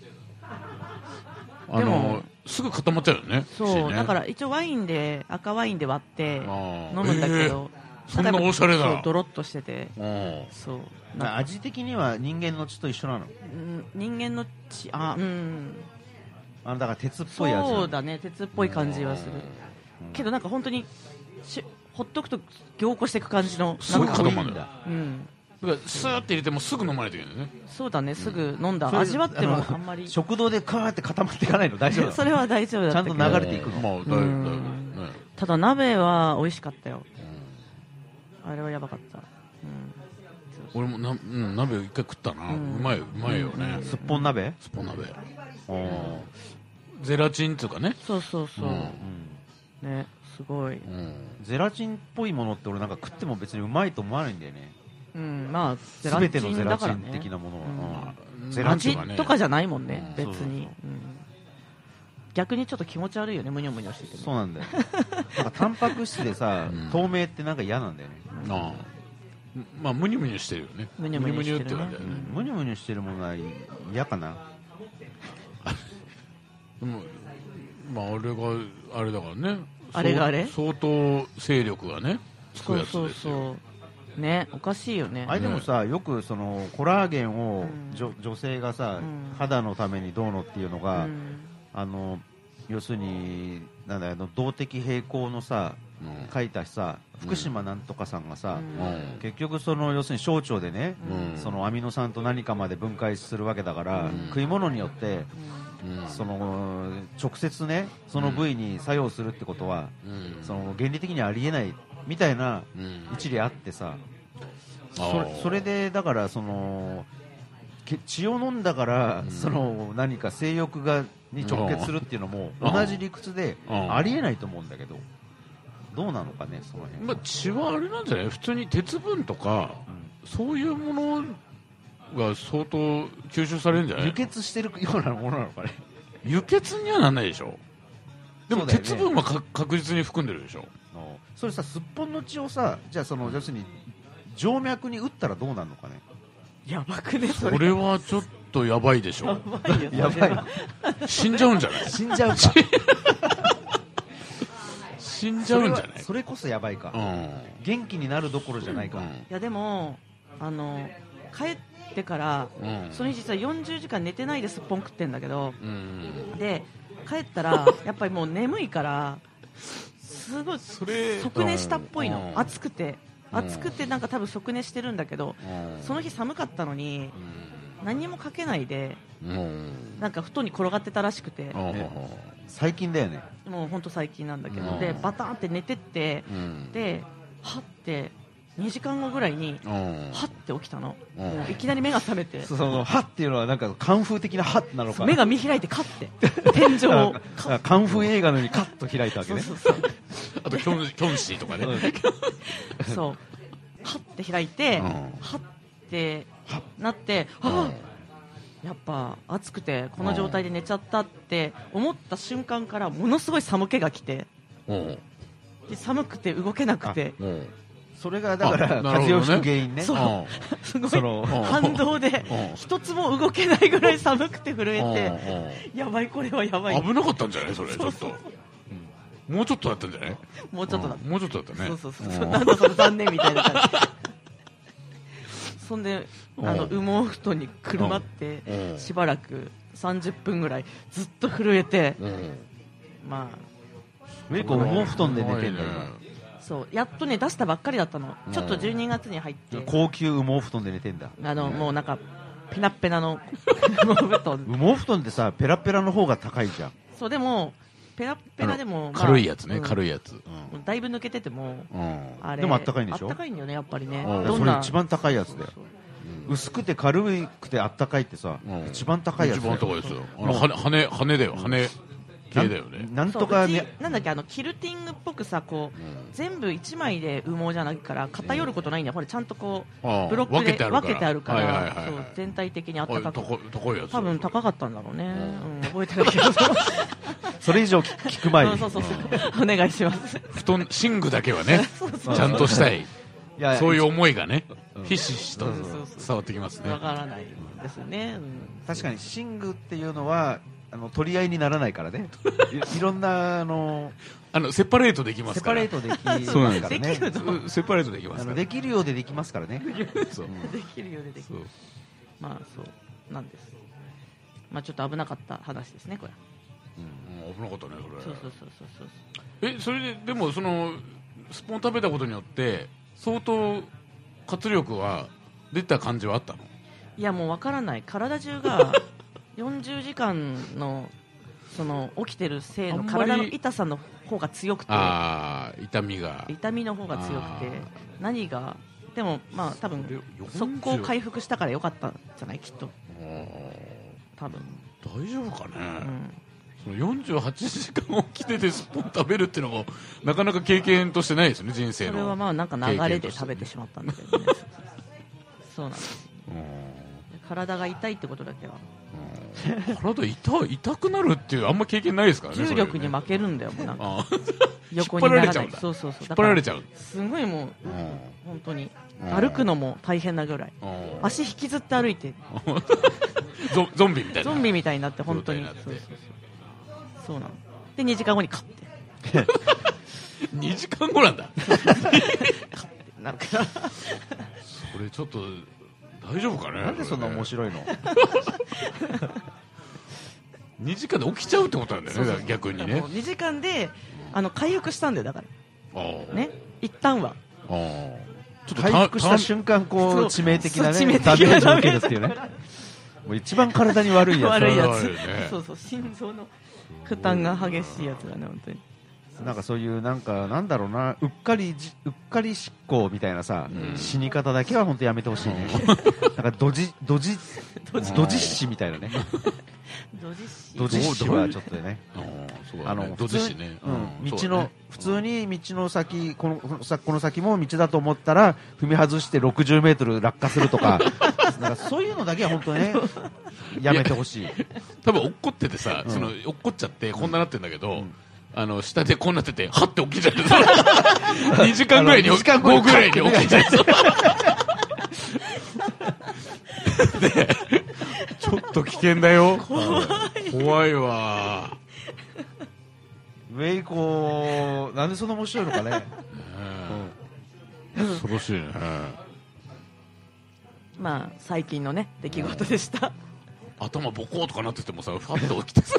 Speaker 3: あ
Speaker 2: で
Speaker 3: の
Speaker 2: も
Speaker 3: すぐ固まっちゃうよね
Speaker 2: そうだからら一応ワインで赤ワインで割って飲
Speaker 3: ー
Speaker 2: むんだけど、
Speaker 3: えーそんなおしゃれな
Speaker 2: そうドロッとしてて
Speaker 3: うん
Speaker 2: そう
Speaker 4: まあ味的には人間の血と一緒なの
Speaker 2: うん人間の血あうん
Speaker 4: あのだから鉄っぽい味なの
Speaker 2: そうだね鉄っぽい感じはするけどなんか本当にしほっとくと凝固していく感じの
Speaker 3: すごい
Speaker 2: なん
Speaker 3: 固
Speaker 2: か
Speaker 3: まるんだ
Speaker 2: うん
Speaker 3: からスーって入れてもすぐ飲まないといけないんだよね
Speaker 2: そうだねすぐ飲んだ、
Speaker 4: それ
Speaker 2: 味わっても
Speaker 4: の
Speaker 2: あんまり
Speaker 4: 食堂でカーって固まっていかないの大丈夫な の
Speaker 2: それは大丈夫だったけど
Speaker 4: ちゃんと流れていくの
Speaker 3: まあだいぶだいぶね
Speaker 2: ただ鍋は美味しかったよ、あれはやばかった、
Speaker 3: 俺もな、うん、鍋一回食ったな、うまいうまいよね
Speaker 4: すっぽん鍋
Speaker 3: スポ鍋
Speaker 4: うん
Speaker 3: ゼラチンっていうかね
Speaker 2: そうそうそう、ねすご
Speaker 3: う
Speaker 2: い
Speaker 3: ん
Speaker 4: ゼラチンっぽいものって俺なんか食っても別にうまいと思わないんだよね
Speaker 2: うんまあゼラチ
Speaker 4: 全
Speaker 2: ンだ
Speaker 4: てのゼラチ
Speaker 2: から
Speaker 4: ン
Speaker 2: ね
Speaker 4: 的なものは、うん
Speaker 3: ゼラチ
Speaker 2: 味
Speaker 3: ンがね
Speaker 2: とかじゃないもんね、
Speaker 4: うん
Speaker 2: 別に、うん逆にちょっと気持ち悪いよねむにょむにょしててね
Speaker 4: そうなんだよなんかタンパク質で さ、透明ってなんか嫌なんだよね、
Speaker 3: ああまあムニュムニュしてるよね
Speaker 2: ムニュムニュしてるね
Speaker 3: ムニュムニュって感じだよね、
Speaker 4: むにゅむにゅしてるものは嫌かな
Speaker 3: でも、まあ、あれがあれだからね
Speaker 2: あれがあれ
Speaker 3: そう相当勢力がねつく
Speaker 2: そう
Speaker 3: やつ
Speaker 2: そう
Speaker 3: ですよ
Speaker 2: そうねおかしいよね
Speaker 4: あれでもさ、よくそのコラーゲンを
Speaker 2: うん
Speaker 4: 女,、女性がさ、
Speaker 2: うん
Speaker 4: 肌のためにどうのっていうの
Speaker 2: う
Speaker 4: が、
Speaker 2: ん
Speaker 4: あの要するになんだあの動的平衡のさ
Speaker 3: う
Speaker 4: 書いたさ福島なんとかさんがさ、
Speaker 2: うん
Speaker 3: んうん
Speaker 4: 結局その要するに小腸でね、
Speaker 3: うん
Speaker 4: そのアミノ酸と何かまで分解するわけだから、食い物によって
Speaker 2: うん
Speaker 3: うん
Speaker 4: その直接ねその部位に作用するってことは、
Speaker 3: うん
Speaker 4: その原理的にありえないみたいな
Speaker 3: うん
Speaker 4: 一理あってさ、
Speaker 3: あ
Speaker 4: そ
Speaker 3: ー
Speaker 4: れそれでだからそのけ血を飲んだから、
Speaker 3: うん
Speaker 4: その何か性欲がに直結するっていうのも
Speaker 3: うん
Speaker 4: 同じ理屈で
Speaker 3: うん
Speaker 4: ありえないと思うんだけどどうなのかねその辺、
Speaker 3: まあ、血はあれなんじゃない普通に鉄分とかそういうものが相当吸収されるんじゃ
Speaker 4: うん
Speaker 3: な
Speaker 4: 輸
Speaker 3: い
Speaker 4: 血してるようなものなのかね
Speaker 3: 輸血にはならないでしょでも
Speaker 4: そうだよね
Speaker 3: 鉄分はか確実に含んでるでしょ
Speaker 4: のそれさすっぽんの血をさじゃあその要するに静脈に打ったらどうなるのかね
Speaker 2: やばくねそ
Speaker 3: そ
Speaker 2: れ
Speaker 3: れはちょっとやばいでしょ
Speaker 2: やばいよそれ
Speaker 4: やばい
Speaker 3: 死んじゃうんじゃない
Speaker 4: 死んじゃうか
Speaker 3: 死んじゃ
Speaker 4: それ
Speaker 3: うんじゃ
Speaker 4: は
Speaker 3: ない
Speaker 4: それこそやばいか、元気になるどころじゃないか、
Speaker 2: いやでもあの帰ってから
Speaker 3: うんうん
Speaker 2: その日実は40時間寝てないですっぽん食ってんだけど
Speaker 3: うん
Speaker 2: で帰ったらやっぱりもう眠いからすごい
Speaker 3: それ
Speaker 2: 即寝したっぽいうの
Speaker 3: ん
Speaker 2: 暑くて暑くてなんか多分即寝してるんだけど
Speaker 3: うん
Speaker 2: その日寒かったのに何にもかけないで
Speaker 3: うんうん
Speaker 2: なんか布団に転がってたらしくて
Speaker 4: 最近だよね
Speaker 2: もうほんと最近なんだけ
Speaker 3: う
Speaker 2: ど
Speaker 3: ん
Speaker 2: でバタンって寝てって
Speaker 3: うん
Speaker 2: ではって2時間後ぐらいに
Speaker 3: うん
Speaker 2: はって起きたの
Speaker 3: うん
Speaker 2: もういきなり目が覚めて
Speaker 4: その歯っていうのはなんかカンフー的な歯なのか
Speaker 2: 目が見開いてカッて天井を
Speaker 4: なん
Speaker 2: カッ
Speaker 4: かカンフー映画のようにカッと開いたわけ
Speaker 2: そう
Speaker 4: ね
Speaker 2: そうそう
Speaker 3: あとキョンキョンシーとかね
Speaker 4: うん
Speaker 2: そうハッて開いて、
Speaker 3: うん
Speaker 2: ハッてなってああやっぱ暑くてこの状態で寝ちゃったって思った瞬間からものすごい寒気が来て
Speaker 3: うん
Speaker 2: で寒くて動けなくて
Speaker 3: うん
Speaker 4: それがだから
Speaker 3: あなるほどね
Speaker 4: 風邪をひく原因ね
Speaker 2: そうすごい
Speaker 4: その
Speaker 2: 反動で
Speaker 3: うん
Speaker 2: 一つも動けないぐらい寒くて震
Speaker 3: うん
Speaker 2: えてやばいこれはやば
Speaker 3: うん
Speaker 2: い
Speaker 3: 危なかったんじゃないそれちょっともうちょっとだったんじゃない
Speaker 2: もうちょっとだった
Speaker 3: うんもうちょっとだったね
Speaker 2: そうそうそう、
Speaker 3: ん
Speaker 2: なんだそれ残念みたいな感じそんであの
Speaker 3: う
Speaker 2: 羽毛布団にくるまって
Speaker 3: うん
Speaker 2: しばらく30分ぐらいずっと震えて
Speaker 3: うん
Speaker 2: ま
Speaker 4: メイク羽毛布団で寝てんだよ
Speaker 2: あそうやっとね出したばっかりだったの
Speaker 3: うん
Speaker 2: ちょっと12月に入って
Speaker 4: 今高級羽毛布団で寝てんだ
Speaker 2: あのもうなんかペナッペナの 羽毛布団
Speaker 4: 羽毛布団ってさペラペラの方が高いじゃん
Speaker 2: そうでもペラッペナでも
Speaker 3: 軽いやつね軽
Speaker 2: い
Speaker 3: いやつ
Speaker 2: だいぶ抜けてても
Speaker 3: うん
Speaker 2: あれ
Speaker 4: でもあったかいんでしょ
Speaker 2: あったかいんだよねやっぱりね
Speaker 3: うん
Speaker 2: ど
Speaker 4: そ
Speaker 2: ん
Speaker 4: れ
Speaker 2: な
Speaker 4: 一番高いやつだよ薄くて軽くてあったかいってさ
Speaker 3: うん
Speaker 4: 一番高いやつ
Speaker 3: 一番高いですよあの羽羽羽だよ羽系だよね
Speaker 4: なん
Speaker 2: そう
Speaker 4: とか
Speaker 2: うち
Speaker 4: ね
Speaker 2: なんだっけあのキルティングっぽくさこう、
Speaker 3: うん
Speaker 2: 全部一枚で羽毛じゃないから偏ることないんだよ、ほらちゃんとこ
Speaker 3: ああ
Speaker 2: うブロックで分けてあるから
Speaker 3: はいはいはい
Speaker 2: そう
Speaker 3: はい
Speaker 2: 全体的にあったか
Speaker 3: あ
Speaker 2: く
Speaker 3: 高高いやつ
Speaker 2: 多分高かったんだろうね、
Speaker 3: う
Speaker 2: うん覚えてないけど
Speaker 4: それ以上聞聞く前
Speaker 2: う
Speaker 4: に
Speaker 2: んそうそうそうお願いします
Speaker 3: 布団寝具だけはね
Speaker 4: う
Speaker 3: ちゃんとしたい
Speaker 4: いや
Speaker 3: そういう思いがねひしひしと
Speaker 2: そうそうそう
Speaker 3: 伝わってきますね
Speaker 2: わからないですね、うん
Speaker 4: 確かに寝具っていうのはあの取り合いにならないからねいいろんなあの
Speaker 3: あのセパレートできます
Speaker 4: セ
Speaker 3: か
Speaker 4: パ
Speaker 3: ら
Speaker 4: レートできます
Speaker 3: そうな
Speaker 4: か
Speaker 3: んです
Speaker 4: ら
Speaker 2: できる
Speaker 4: ね
Speaker 2: と
Speaker 3: うんセパレートできま
Speaker 4: あ
Speaker 3: すか
Speaker 4: の
Speaker 3: ら
Speaker 4: できるようでできますからね
Speaker 3: そう
Speaker 2: できるようででき
Speaker 3: そ
Speaker 2: る
Speaker 3: う
Speaker 2: まあそうなんですまあちょっと危なかった話ですねこれ
Speaker 3: うん危なかったねそ
Speaker 2: そう
Speaker 3: れ
Speaker 2: そうそうそうそう
Speaker 3: えそれででもそのスポン食べたことによって相当活力は出た感じはあったの
Speaker 2: いやもうわからない体中 が40時間のその起きてるせい
Speaker 3: あ
Speaker 2: の
Speaker 3: んまり
Speaker 2: 体の痛さの方が強くて
Speaker 3: ああ痛みが
Speaker 2: 痛みの方が強くて
Speaker 3: あ
Speaker 2: 何がでもまあ
Speaker 3: そ
Speaker 2: 多
Speaker 3: れ
Speaker 2: 分
Speaker 3: 40
Speaker 2: 速攻回復したからよかったんじゃないきっと
Speaker 3: あー
Speaker 2: 多分、
Speaker 3: 大丈夫かね、
Speaker 2: うん、
Speaker 3: その48時間起きててスポン食べるっていうのもなかなか経験としてないですよね人生
Speaker 2: そ
Speaker 3: の
Speaker 2: れはまあなんか流れで食べてしまったんだけどね そうなんです体が痛いってことだけは
Speaker 3: うん体痛い痛くなるっていうあんま経験ないですからね
Speaker 2: 重力に負
Speaker 3: け
Speaker 2: けるんだよもうなんか
Speaker 3: あ
Speaker 2: 横になら
Speaker 3: 引っ張られちゃ
Speaker 2: な
Speaker 3: うん
Speaker 2: い
Speaker 3: だ
Speaker 2: そうそうそう
Speaker 3: 引っ張られち
Speaker 2: ゃ
Speaker 3: ゃう、
Speaker 2: うすごい
Speaker 3: う
Speaker 2: もう
Speaker 3: ん
Speaker 2: 本当に
Speaker 3: うん
Speaker 2: 歩くのも大変なぐらい
Speaker 3: うん
Speaker 2: 足引きずって歩いて
Speaker 3: ゾゾンビみたいな
Speaker 2: ゾンビみたいになって本当に
Speaker 3: 状態にな
Speaker 2: そう
Speaker 3: って
Speaker 2: そうそうそうなので2時間後にカッて
Speaker 3: 2時間後なんだ
Speaker 2: なるから
Speaker 3: これちょっと大丈夫かね
Speaker 4: なんでそんな面
Speaker 3: い
Speaker 4: 白いの
Speaker 3: 2時間で起きちゃうってことなんだよね逆にね
Speaker 2: もう2時間であの回復したんだよだか
Speaker 3: あー
Speaker 2: らね一旦は
Speaker 3: あーちょっと
Speaker 4: 回復した
Speaker 3: 間
Speaker 4: 瞬間こう
Speaker 2: そう
Speaker 4: 致命的なね
Speaker 2: そう致命的
Speaker 4: ダ
Speaker 2: な
Speaker 4: メージを受けるっていうねもう一番体に悪いや
Speaker 2: 悪いや
Speaker 3: そ
Speaker 2: つ、
Speaker 3: れは悪いね
Speaker 2: そうそう心臓の負担が激しいやつだね本当に
Speaker 4: つなんかそういうなんかなんだろうなうっかりじうっかり執行みたいなさ、死に方だけは本当やめてほしいねなんかドジドジ
Speaker 2: ド
Speaker 4: ドジ死みたいなね
Speaker 2: ドジシ
Speaker 4: ドジ死はちょっとね
Speaker 3: あのどっちしね
Speaker 4: 普通にうん
Speaker 3: うん
Speaker 4: 道
Speaker 3: そう
Speaker 4: の、
Speaker 3: だね
Speaker 4: 普通に道の先このこのさこの先も道だと思ったら踏み外して60メートル落下すると かなんかそういうのだけは本当にねやめてほしい
Speaker 3: 多分落っこっててさ、その落っこっちゃってこんななってんだけど、あの下でこうなっててはって起きちゃう 2時間ぐらいに
Speaker 4: あの
Speaker 3: 起き
Speaker 4: 二時間後
Speaker 3: 後
Speaker 4: に
Speaker 3: ぐらいに起きち ゃうでちょっと危険だよ怖いわ
Speaker 4: ウェイコーなんでそんな面白いのかね
Speaker 3: 恐ろしいね
Speaker 2: まあ最近のね出来事でした
Speaker 3: 頭ボコーとかなっててもさファッと起きてさ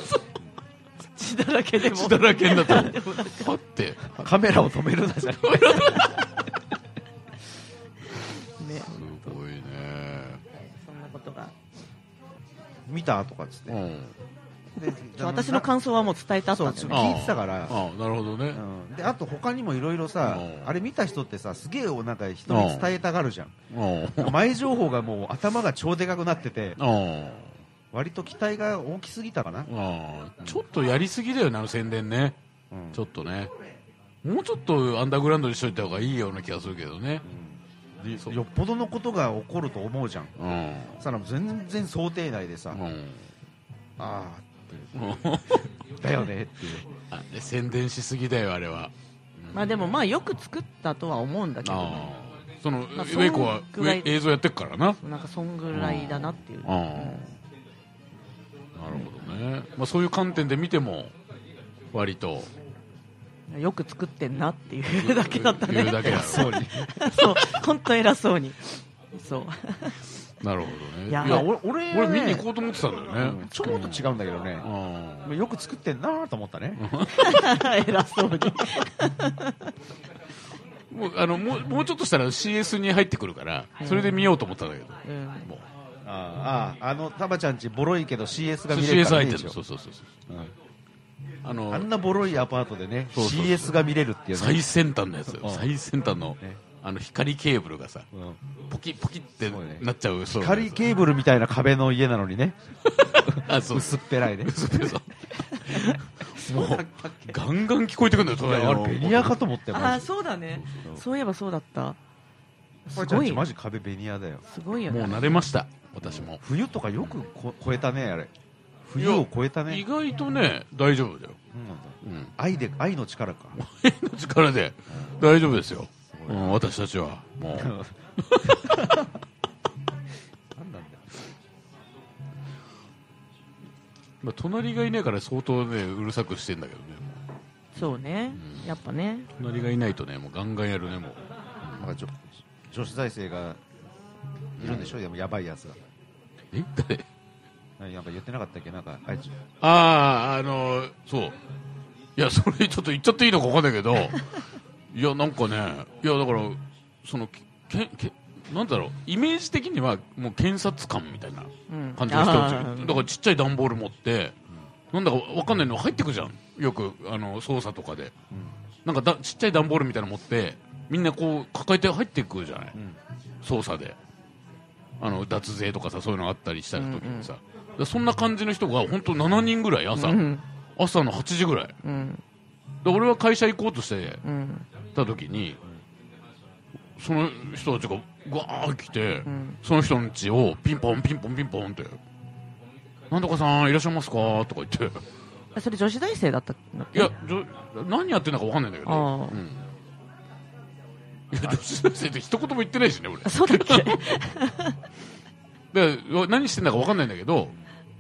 Speaker 2: 血だらけで も
Speaker 3: 血だらけになっても
Speaker 2: でもなんか
Speaker 3: ファって
Speaker 4: カメラを止めるなじゃん
Speaker 2: ね
Speaker 3: すごいね
Speaker 2: そんなことが
Speaker 4: 見たとかっつって、
Speaker 3: うん
Speaker 4: で
Speaker 2: 私の感想はもう伝えたった
Speaker 4: そうん
Speaker 2: だよね
Speaker 4: 聞いてたから
Speaker 3: ああなるほどね、
Speaker 4: うんであと他にもいろいろさ
Speaker 3: うん
Speaker 4: あれ見た人ってさすげえなんか人に伝えたがるじゃん
Speaker 3: うん
Speaker 4: 前情報がもう頭が超でかくなってて
Speaker 3: あ
Speaker 4: 割と期待が大きすぎたかな
Speaker 3: あああちょっとやりすぎだよねあの宣伝ね、
Speaker 4: うん
Speaker 3: ちょっとねもうちょっとアンダーグラウンドにしといた方がいいような気がするけどねそう
Speaker 4: よっぽどのことが起こると思うじゃん
Speaker 3: うん
Speaker 4: さら全然想定内でさ、
Speaker 3: うん、
Speaker 4: あ
Speaker 3: うん
Speaker 4: あだよねっていう
Speaker 3: あれ宣伝しすぎだよあれは
Speaker 2: まあでもまあよく作ったとは思うんだけど
Speaker 3: ああその、
Speaker 2: まあ
Speaker 3: ウェイコは
Speaker 2: そんぐらい
Speaker 3: ウェイ映像やってっからな
Speaker 2: なんかそんぐらいだなっていう
Speaker 3: ああなるほどね、まあ、そういう観点で見ても割と
Speaker 2: よく作ってんなっていうだけだった
Speaker 3: 言う
Speaker 2: ね
Speaker 3: だけだろ
Speaker 4: そうに
Speaker 2: そう本当偉そうにそう
Speaker 3: なるほどね
Speaker 2: いや
Speaker 3: いや
Speaker 4: 俺俺
Speaker 3: 俺見に行こうと思ってたんだよね、
Speaker 4: うんちょっと違うんだけどね、
Speaker 3: あ
Speaker 4: よく作ってんなと思ったね、
Speaker 2: 偉そうに
Speaker 3: あもうあのもうもうちょっとしたら CS に入ってくるから
Speaker 2: はい
Speaker 3: それで見ようと思ったんだけど、
Speaker 2: うん
Speaker 3: もう
Speaker 4: あああのタバちゃんちボロいけど CS が見れ
Speaker 3: CS
Speaker 4: るから
Speaker 3: 入
Speaker 4: い
Speaker 3: っ
Speaker 4: い
Speaker 3: て
Speaker 4: で
Speaker 3: る
Speaker 4: し
Speaker 3: そ
Speaker 4: ょ
Speaker 3: うそうそうそう、
Speaker 4: うん
Speaker 3: あの
Speaker 4: あんなボロいアパートでね
Speaker 3: そうそうそう
Speaker 4: CS が見れるっていう
Speaker 3: 最
Speaker 4: ね
Speaker 3: 先端のやつよ
Speaker 4: うん
Speaker 3: 最先端の、
Speaker 4: ね
Speaker 3: あの光ケーブルがさ
Speaker 4: うん
Speaker 3: ポキポキって
Speaker 4: そうね
Speaker 3: なっちゃうそう
Speaker 4: 光ケーブルみたいな壁の家なのにね
Speaker 3: あそう
Speaker 4: 薄っぺ らいね
Speaker 3: 嘘ペソもうガンガン聞こえてくるんだよ
Speaker 4: い
Speaker 3: 隣
Speaker 4: やあ
Speaker 3: の
Speaker 4: れベニヤかと思って
Speaker 2: あ
Speaker 4: ま
Speaker 2: あ
Speaker 4: す
Speaker 2: そうだねそういえばそうだったす
Speaker 4: タバちゃ
Speaker 2: ご
Speaker 4: んち
Speaker 2: い
Speaker 4: マジ壁ベニヤだよ
Speaker 2: すごいよ
Speaker 3: もう
Speaker 2: ね
Speaker 3: 慣れました私も
Speaker 4: 冬とかよくこ超えたねあれ冬を超えた
Speaker 3: 意
Speaker 4: ね
Speaker 3: 外とね大丈夫だよ、
Speaker 4: うんなんだ
Speaker 3: うん、
Speaker 4: 愛で愛の力か
Speaker 3: の力で大丈夫ですよ、うん、私たちはもう
Speaker 4: なんなんだよ
Speaker 3: まあ、隣がいないから相当ねうるさくしてんだけどねも
Speaker 2: そうねやっぱね
Speaker 3: う隣がいないとねもうガンガンやるねもう
Speaker 4: なんか女女子大生がいるんでしょでもやばいやつが
Speaker 3: え誰
Speaker 4: なんか言ってなかったっけなんかあいつ
Speaker 3: あああのそういやそれちょっと言っちゃっていいのか分かんないけど いやなんかねいやだからそのけけなんだろうイメージ的にはもう検察官みたいな
Speaker 2: うん
Speaker 3: 感じの人たち
Speaker 2: あー
Speaker 3: だからちっちゃい段ボール持って、なんだか分かんないの入ってくじゃんよくあの捜査とかで、なんかだちっちゃい段ボールみたいなの持ってみんなこう抱えて入ってくじゃない、
Speaker 4: ん
Speaker 3: 捜査であの脱税とかさそういうのあったりした時にさ、だそんな感じの人が本当7人ぐらい朝、
Speaker 2: うん
Speaker 3: 朝の8時ぐらいで
Speaker 2: うん
Speaker 3: 俺は会社行こうとして
Speaker 2: うん
Speaker 3: た時にその人たちがわー来て、
Speaker 2: ん
Speaker 3: その人の家をピンポンピンポンピンポンって「なんとかさんいらっしゃいますか?」とか言って「
Speaker 2: あそれ女子大生だったんだっ
Speaker 3: い
Speaker 2: け
Speaker 3: やじょ何やってんだかわかんないんだけど」
Speaker 2: あー
Speaker 3: うんいや女子大生って一言も言ってないしね俺
Speaker 2: あそうだっけ
Speaker 3: で何してんだかわかんないんだけど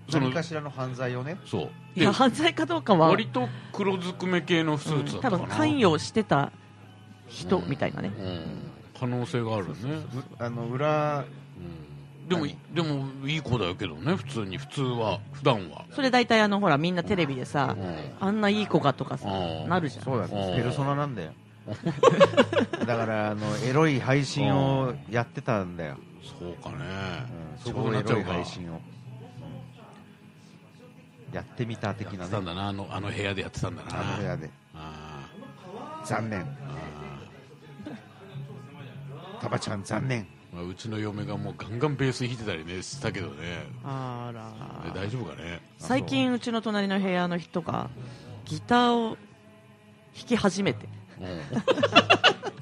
Speaker 3: その
Speaker 4: 何かしらの犯罪をね
Speaker 3: そう
Speaker 2: い
Speaker 3: で
Speaker 2: や犯罪かどうかは
Speaker 3: 割と黒ずくめ系のスーツだ
Speaker 2: 多
Speaker 3: ったか
Speaker 2: 分
Speaker 3: な、
Speaker 2: 関与してた人みたいなね
Speaker 3: うん可能性があるね
Speaker 4: むあの裏
Speaker 3: でも、でもいい子だけどね、普通に、普通は、普段は。
Speaker 2: それ大体あのほらみんなテレビでさ
Speaker 3: うん
Speaker 2: あんないい子がとかさ
Speaker 3: うん
Speaker 2: なるじゃん
Speaker 4: そうだね
Speaker 3: うん
Speaker 4: ペルソナなんだよだからあのエロい配信をやってたんだよ、
Speaker 3: そうかね
Speaker 4: うん。
Speaker 3: そういうことに
Speaker 4: 超
Speaker 3: な
Speaker 4: エ
Speaker 3: っちゃ
Speaker 4: ロ
Speaker 3: う
Speaker 4: い
Speaker 3: か。
Speaker 4: 配信をやってみた的
Speaker 3: や
Speaker 4: な
Speaker 3: ってたん
Speaker 4: ね
Speaker 3: だなあのあの部屋でやってたんだな
Speaker 4: あの部屋で
Speaker 3: あ
Speaker 4: 残念タバちゃん残念
Speaker 3: ー、まあ、うちの嫁がもうガンガンベース弾いてたりねしたけどね
Speaker 2: あら
Speaker 3: で大丈夫かね
Speaker 2: 最近うちの隣の部屋の人がギターを弾き始めて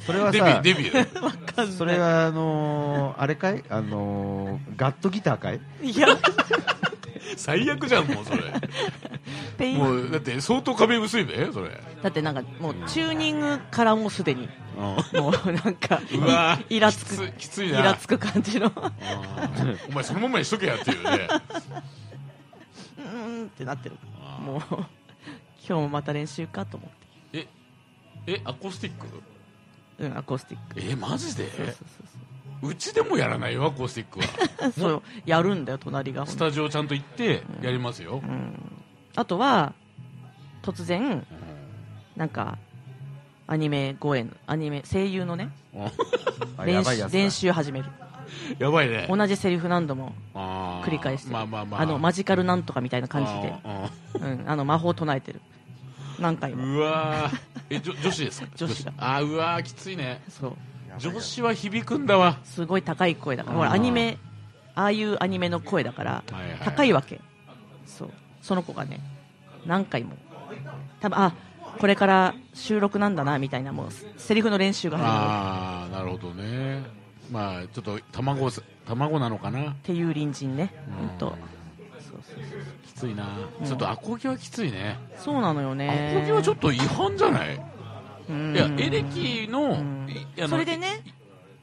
Speaker 4: それは
Speaker 3: デビュ
Speaker 4: さ
Speaker 3: ーデビュー
Speaker 4: それはあのーあれかいあのーガットギターかい
Speaker 2: いや
Speaker 3: 最悪じゃんもうそれ
Speaker 2: ペイ
Speaker 3: も
Speaker 2: ン
Speaker 3: うだって相当壁薄いべそれ
Speaker 2: だってなんかもうチューニングからもうすでに
Speaker 3: う
Speaker 2: も うなんか
Speaker 3: わ
Speaker 2: イラつく
Speaker 3: きつきつい
Speaker 2: イ
Speaker 3: な
Speaker 2: ラつく感じ の
Speaker 3: うんお前そのままにしとけやっていうね
Speaker 2: うーんってなってるもう今日もまた練習かと思っ
Speaker 3: えアコースティック
Speaker 2: てうんアコースティック
Speaker 3: えマジで
Speaker 2: そうそうそう
Speaker 3: うちでもやらないよアコースティックは
Speaker 2: そうそうやるんだよ隣が
Speaker 3: スタジオちゃんと行ってやりますよ、
Speaker 2: あとは突然なんかアニメ声のアニメ声優のね
Speaker 4: あや
Speaker 2: 練
Speaker 4: ばいや
Speaker 2: 習
Speaker 4: つだ
Speaker 2: 練習始める
Speaker 3: やばいね
Speaker 2: 同じセリフ何度も繰
Speaker 3: 繰
Speaker 2: り返してる
Speaker 3: まあまあまあ
Speaker 2: あのマジカルなんとかみたいな感じで
Speaker 3: あ
Speaker 2: うん、あの魔法唱えてる何回
Speaker 3: ー
Speaker 2: も
Speaker 3: うわ ーえじょ女子ですか
Speaker 2: 女子だ
Speaker 3: あーうわーきついね
Speaker 2: そう
Speaker 3: 女子は響くんだわ
Speaker 2: すごい高い声だから
Speaker 3: あー
Speaker 2: ほらアニメああいうアニメの声だから
Speaker 3: はいはい
Speaker 2: 高いわけそうその子がね何回も多分あこれから収録なんだなみたいなもうセリフの練習が始まるっ
Speaker 3: ああなるほどねまあちょっと卵す卵なのかな
Speaker 2: ていう隣人ね
Speaker 3: うん
Speaker 2: 本当そうそうそう
Speaker 3: きついな
Speaker 2: うん
Speaker 3: ちょっとアコギはきついね
Speaker 2: そうなのよ
Speaker 3: アコ
Speaker 2: ね
Speaker 3: ギはちょっと違反じゃないい
Speaker 2: うん
Speaker 3: やエレキの
Speaker 2: ん
Speaker 3: いあの
Speaker 2: それでね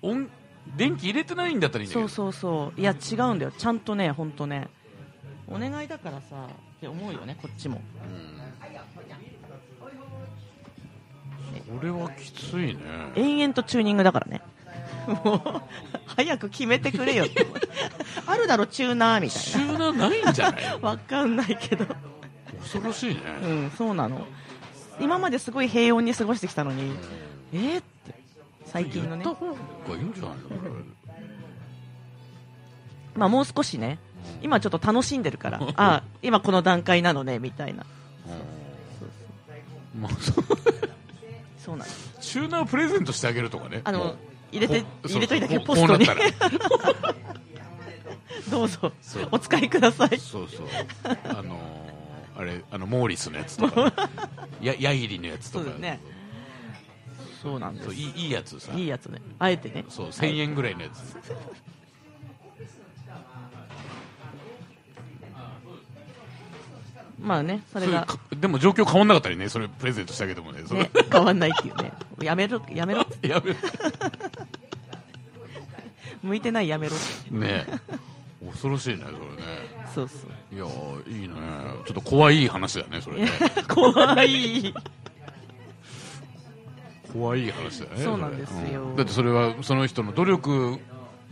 Speaker 3: 音電気入れてないんだったらいいんだけ
Speaker 2: そ
Speaker 3: ど
Speaker 2: うそうそういや違うんだよちゃんとね本当ねお願いだからさって思うよねこっちも
Speaker 3: これはきついね
Speaker 2: 延々とチューニングだからねもう 早く決めてくれよって あるだろチューナーみた
Speaker 3: チ
Speaker 2: い
Speaker 3: ューナーないんじゃない
Speaker 2: な わかんないけど
Speaker 3: 恐ろしいね
Speaker 2: うんそうなの今まですごい平穏に過ごしてきたのにえー、って最近
Speaker 3: 言
Speaker 2: の
Speaker 3: っ
Speaker 2: ね
Speaker 3: た、方がいいんじゃないの
Speaker 2: まあ、もう少しね今ちょっと楽しんでる からあ今この段階なのねみたいな
Speaker 3: まあ、そう
Speaker 2: そうなんです
Speaker 3: チューナーをプレゼントしてあげるとかね
Speaker 2: あ
Speaker 3: も
Speaker 2: の
Speaker 3: う
Speaker 2: 入れて
Speaker 3: こう
Speaker 2: 入れといたけ
Speaker 3: そうそ
Speaker 2: ポ
Speaker 3: う
Speaker 2: ストに
Speaker 3: こうなったら
Speaker 2: どうぞ
Speaker 3: そう
Speaker 2: お使いください
Speaker 3: そうそうあのーあれあのモーリスのやつと か、やヤイリのやつと
Speaker 2: そう
Speaker 3: か
Speaker 2: ですねそうなんで
Speaker 3: そう
Speaker 2: す
Speaker 3: いいいいやつさ
Speaker 2: いいやつねあえてね
Speaker 3: そう1000円ぐらいのやつ、
Speaker 2: まあねそれ
Speaker 3: そういう
Speaker 2: が
Speaker 3: かでも状況変わんなかったりねそれプレゼントしてあげてもねそれ
Speaker 2: ね、変わんないっていうね。やめろ、やめろ。
Speaker 3: やめ
Speaker 2: 向いてないやめろ。
Speaker 3: ねえ恐ろしいねそれね
Speaker 2: そ うそう。
Speaker 3: いやーいいねちょっと怖い話だねそれ ね
Speaker 2: 怖い。
Speaker 3: 怖い話だね
Speaker 2: そうなんですよ
Speaker 3: うんだってそれはその人の努力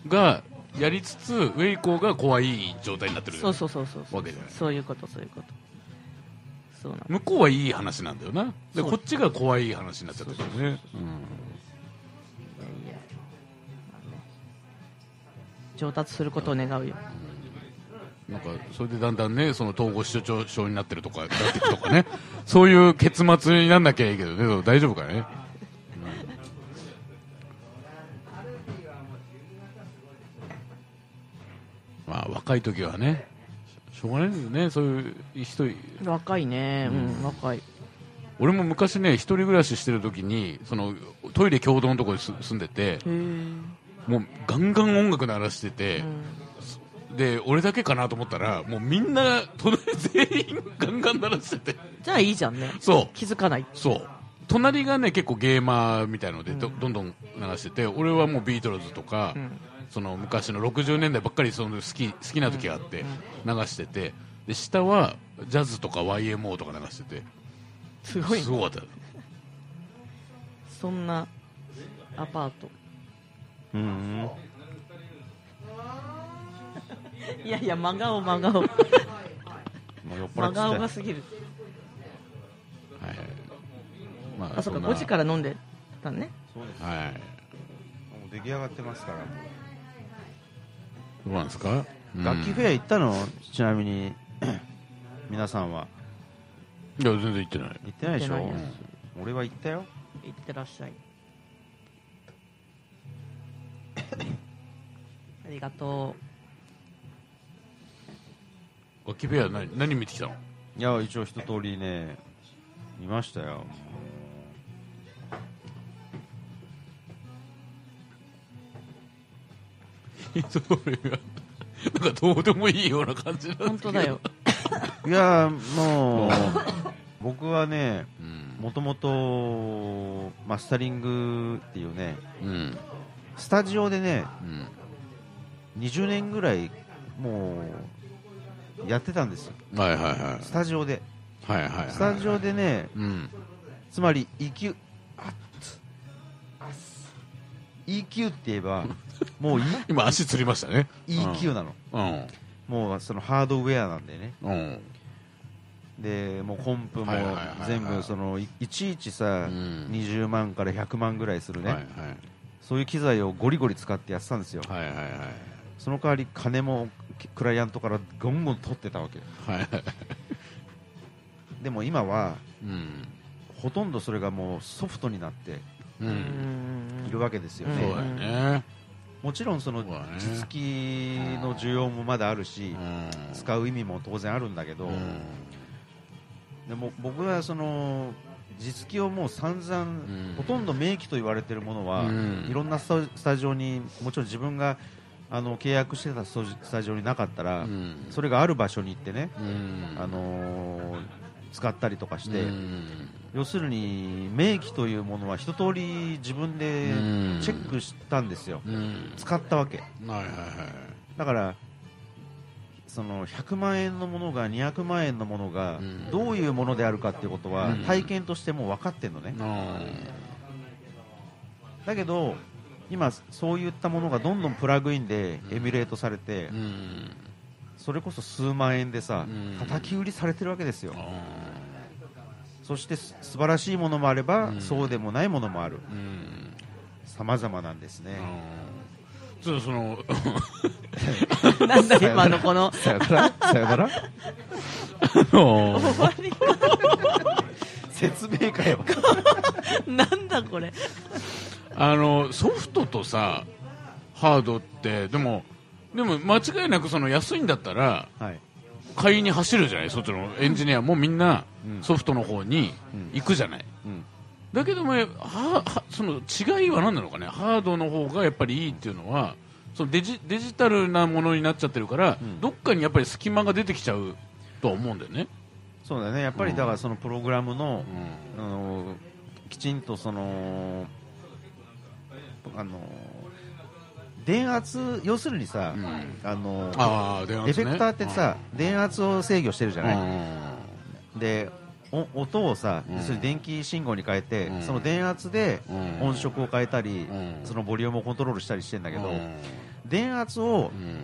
Speaker 3: がやりつつウェイコーが怖い状態になってる
Speaker 2: そうそうそうそう。
Speaker 3: わけじゃない
Speaker 2: そういうこと、そういうこと。そうなん
Speaker 3: 向こうはいい話なんだよなで
Speaker 2: そう
Speaker 3: こっちが怖い話になっちゃったからね
Speaker 2: いやいやまあね上達することを願うよ。
Speaker 3: なんかそれでだんだんねその統合失調症になってるとかなっていくとかね そういう結末になんなきゃいいけどね大丈夫かねうんまあ若い時はねしょうがないですよねそういう人
Speaker 2: 若いね。うん、若い。
Speaker 3: 俺も昔ね一人暮らししてる時にそのトイレ共同のところにす住んでて
Speaker 2: へー
Speaker 3: もうガンガン音楽鳴らしてて、
Speaker 2: うん
Speaker 3: で俺だけかなと思ったらもうみんな隣全員ガンガン鳴らしてて
Speaker 2: じゃあいいじゃんね。
Speaker 3: そう
Speaker 2: 気づかない。
Speaker 3: そう隣がね結構ゲーマーみたいのでどどんどん流してて俺はもうビートルズとか、
Speaker 2: ん
Speaker 3: その昔の60年代ばっかりその好き好きな時があって流しててで下はジャズとか YMO とか流してて
Speaker 2: すごいね
Speaker 3: す。ごかった
Speaker 2: そんなアパート。
Speaker 4: うん
Speaker 2: いやいや、真顔、真 顔。
Speaker 4: もう酔っ払
Speaker 2: 真
Speaker 4: っちゃ
Speaker 2: 顔
Speaker 4: った
Speaker 2: が
Speaker 4: よ
Speaker 2: すぎる。
Speaker 3: はい、まあ
Speaker 2: あ、そっか、
Speaker 3: んな
Speaker 2: 5時から飲んでたね。
Speaker 3: はい
Speaker 4: もう出来上がってますから
Speaker 3: どうなんですか
Speaker 4: 楽器フェア行ったのちなみに
Speaker 1: う
Speaker 4: 皆さんはい
Speaker 3: や全然行ってない
Speaker 4: 行ってないでしょ
Speaker 2: 行ってないで
Speaker 4: 俺は行ったよ
Speaker 2: いってらっしゃい ありがと
Speaker 3: ゴキブリは何何見てきたの
Speaker 4: いや一応一通りね見ましたよ
Speaker 3: それがなんかどうでもいいような感じなん
Speaker 2: う本当だよ
Speaker 4: いやもう 僕はね
Speaker 3: うん、
Speaker 4: もともとマスタリングっていうね
Speaker 3: うん
Speaker 4: スタジオでね
Speaker 3: うん、
Speaker 4: 20年ぐらいもうやってたんですよ
Speaker 3: はいはいは
Speaker 4: スタジオで
Speaker 3: いはいはいはい
Speaker 4: スタジオでね
Speaker 3: うん
Speaker 4: つまり EQ あっつ EQ って言 えばもうい
Speaker 3: 今足つりましたね
Speaker 4: EQ なの
Speaker 3: うん
Speaker 4: もうそのハードウェアなんでね
Speaker 3: うん
Speaker 4: でもうコンプ
Speaker 3: は
Speaker 4: も
Speaker 3: いはいはいはい
Speaker 4: 全部そのいいちいちさ
Speaker 3: うん
Speaker 4: 20万から100万ぐらいする
Speaker 3: はいは
Speaker 4: ねそういう機材をゴリゴリ使ってやってたんですよ
Speaker 3: いはいはいはい
Speaker 4: その代わり金もクライアントからゴンゴン取ってたわけ
Speaker 3: はいはい
Speaker 4: でも今は
Speaker 3: うん
Speaker 4: ほとんどそれがもうソフトになって
Speaker 3: う
Speaker 2: うん
Speaker 4: いるわけですよ
Speaker 3: そう
Speaker 4: ね、
Speaker 3: だよね
Speaker 4: もちろんその
Speaker 3: そうだね
Speaker 4: 実付きの需要もまだあるし、
Speaker 3: うん
Speaker 4: 使う意味も当然あるんだけど、でも僕はその実機をもう散々、
Speaker 3: ん
Speaker 4: ほとんど名機と言われてるものは、
Speaker 3: うん
Speaker 4: いろんなスタスタジオにもちろん自分があの契約してたスタジスタジオになかったら、
Speaker 3: うん
Speaker 4: それがある場所に行ってね、
Speaker 3: うん
Speaker 4: あのー使ったりとかして、
Speaker 3: うん
Speaker 4: 要するに名機というものは一通り自分で
Speaker 3: うん
Speaker 4: チェックしたんですよ、
Speaker 3: うん
Speaker 4: 使ったわけ
Speaker 3: はいはいはい
Speaker 4: だからその100万円のものが200万円のものが
Speaker 3: うん
Speaker 4: どういうものであるかっていうことは
Speaker 3: うん
Speaker 4: 体験としてもう分かってるのね、
Speaker 3: うん
Speaker 4: だけど今そういったものがどんどんプラグインでエミュレートされて
Speaker 3: うん
Speaker 4: それこそ数万円でさ
Speaker 3: うん
Speaker 4: 叩き売りされてるわけですよ
Speaker 3: う
Speaker 4: そしてす素晴らしいものもあれば
Speaker 3: うん
Speaker 4: そうでもないものもある
Speaker 3: んうん
Speaker 4: 様々なんですね
Speaker 3: ちょっとその
Speaker 2: なんだ 今のこの
Speaker 4: さよならさよなら
Speaker 3: あの
Speaker 2: 終わり
Speaker 4: 説明会よ
Speaker 2: なんだこれ
Speaker 3: あのソフトとさハードってでもでも間違いなくその安いんだったら
Speaker 4: はい
Speaker 3: 買いに走るじゃないそっちのエンジニアもみんな
Speaker 4: うん
Speaker 3: ソフトの方に行くじゃない、
Speaker 4: うん
Speaker 3: だけどもははその違いは何なのかねハードの方がやっぱりいいっていうのはそのデジデジタルなものになっちゃってるから、
Speaker 4: うん
Speaker 3: どっかにやっぱり隙間が出てきちゃうとは思うんだよね、
Speaker 4: そうだねやっぱりだからそのプログラムの
Speaker 3: う
Speaker 4: あのきちんとそのあの電圧要するにさ、
Speaker 3: ん
Speaker 4: あの
Speaker 3: ああ電
Speaker 4: エ
Speaker 3: 圧
Speaker 4: フ
Speaker 3: ね
Speaker 4: ェクターってさ、電圧を制御してるじゃ
Speaker 3: うん
Speaker 4: ない、でお音をさ、
Speaker 3: うん
Speaker 4: 要するに電気信号に変えて、
Speaker 3: うん
Speaker 4: その電圧で
Speaker 3: うん
Speaker 4: 音色を変えたり、
Speaker 3: うん
Speaker 4: そのボリュームをコントロールしたりしてんだ
Speaker 3: だ
Speaker 4: けど、電圧を
Speaker 3: うん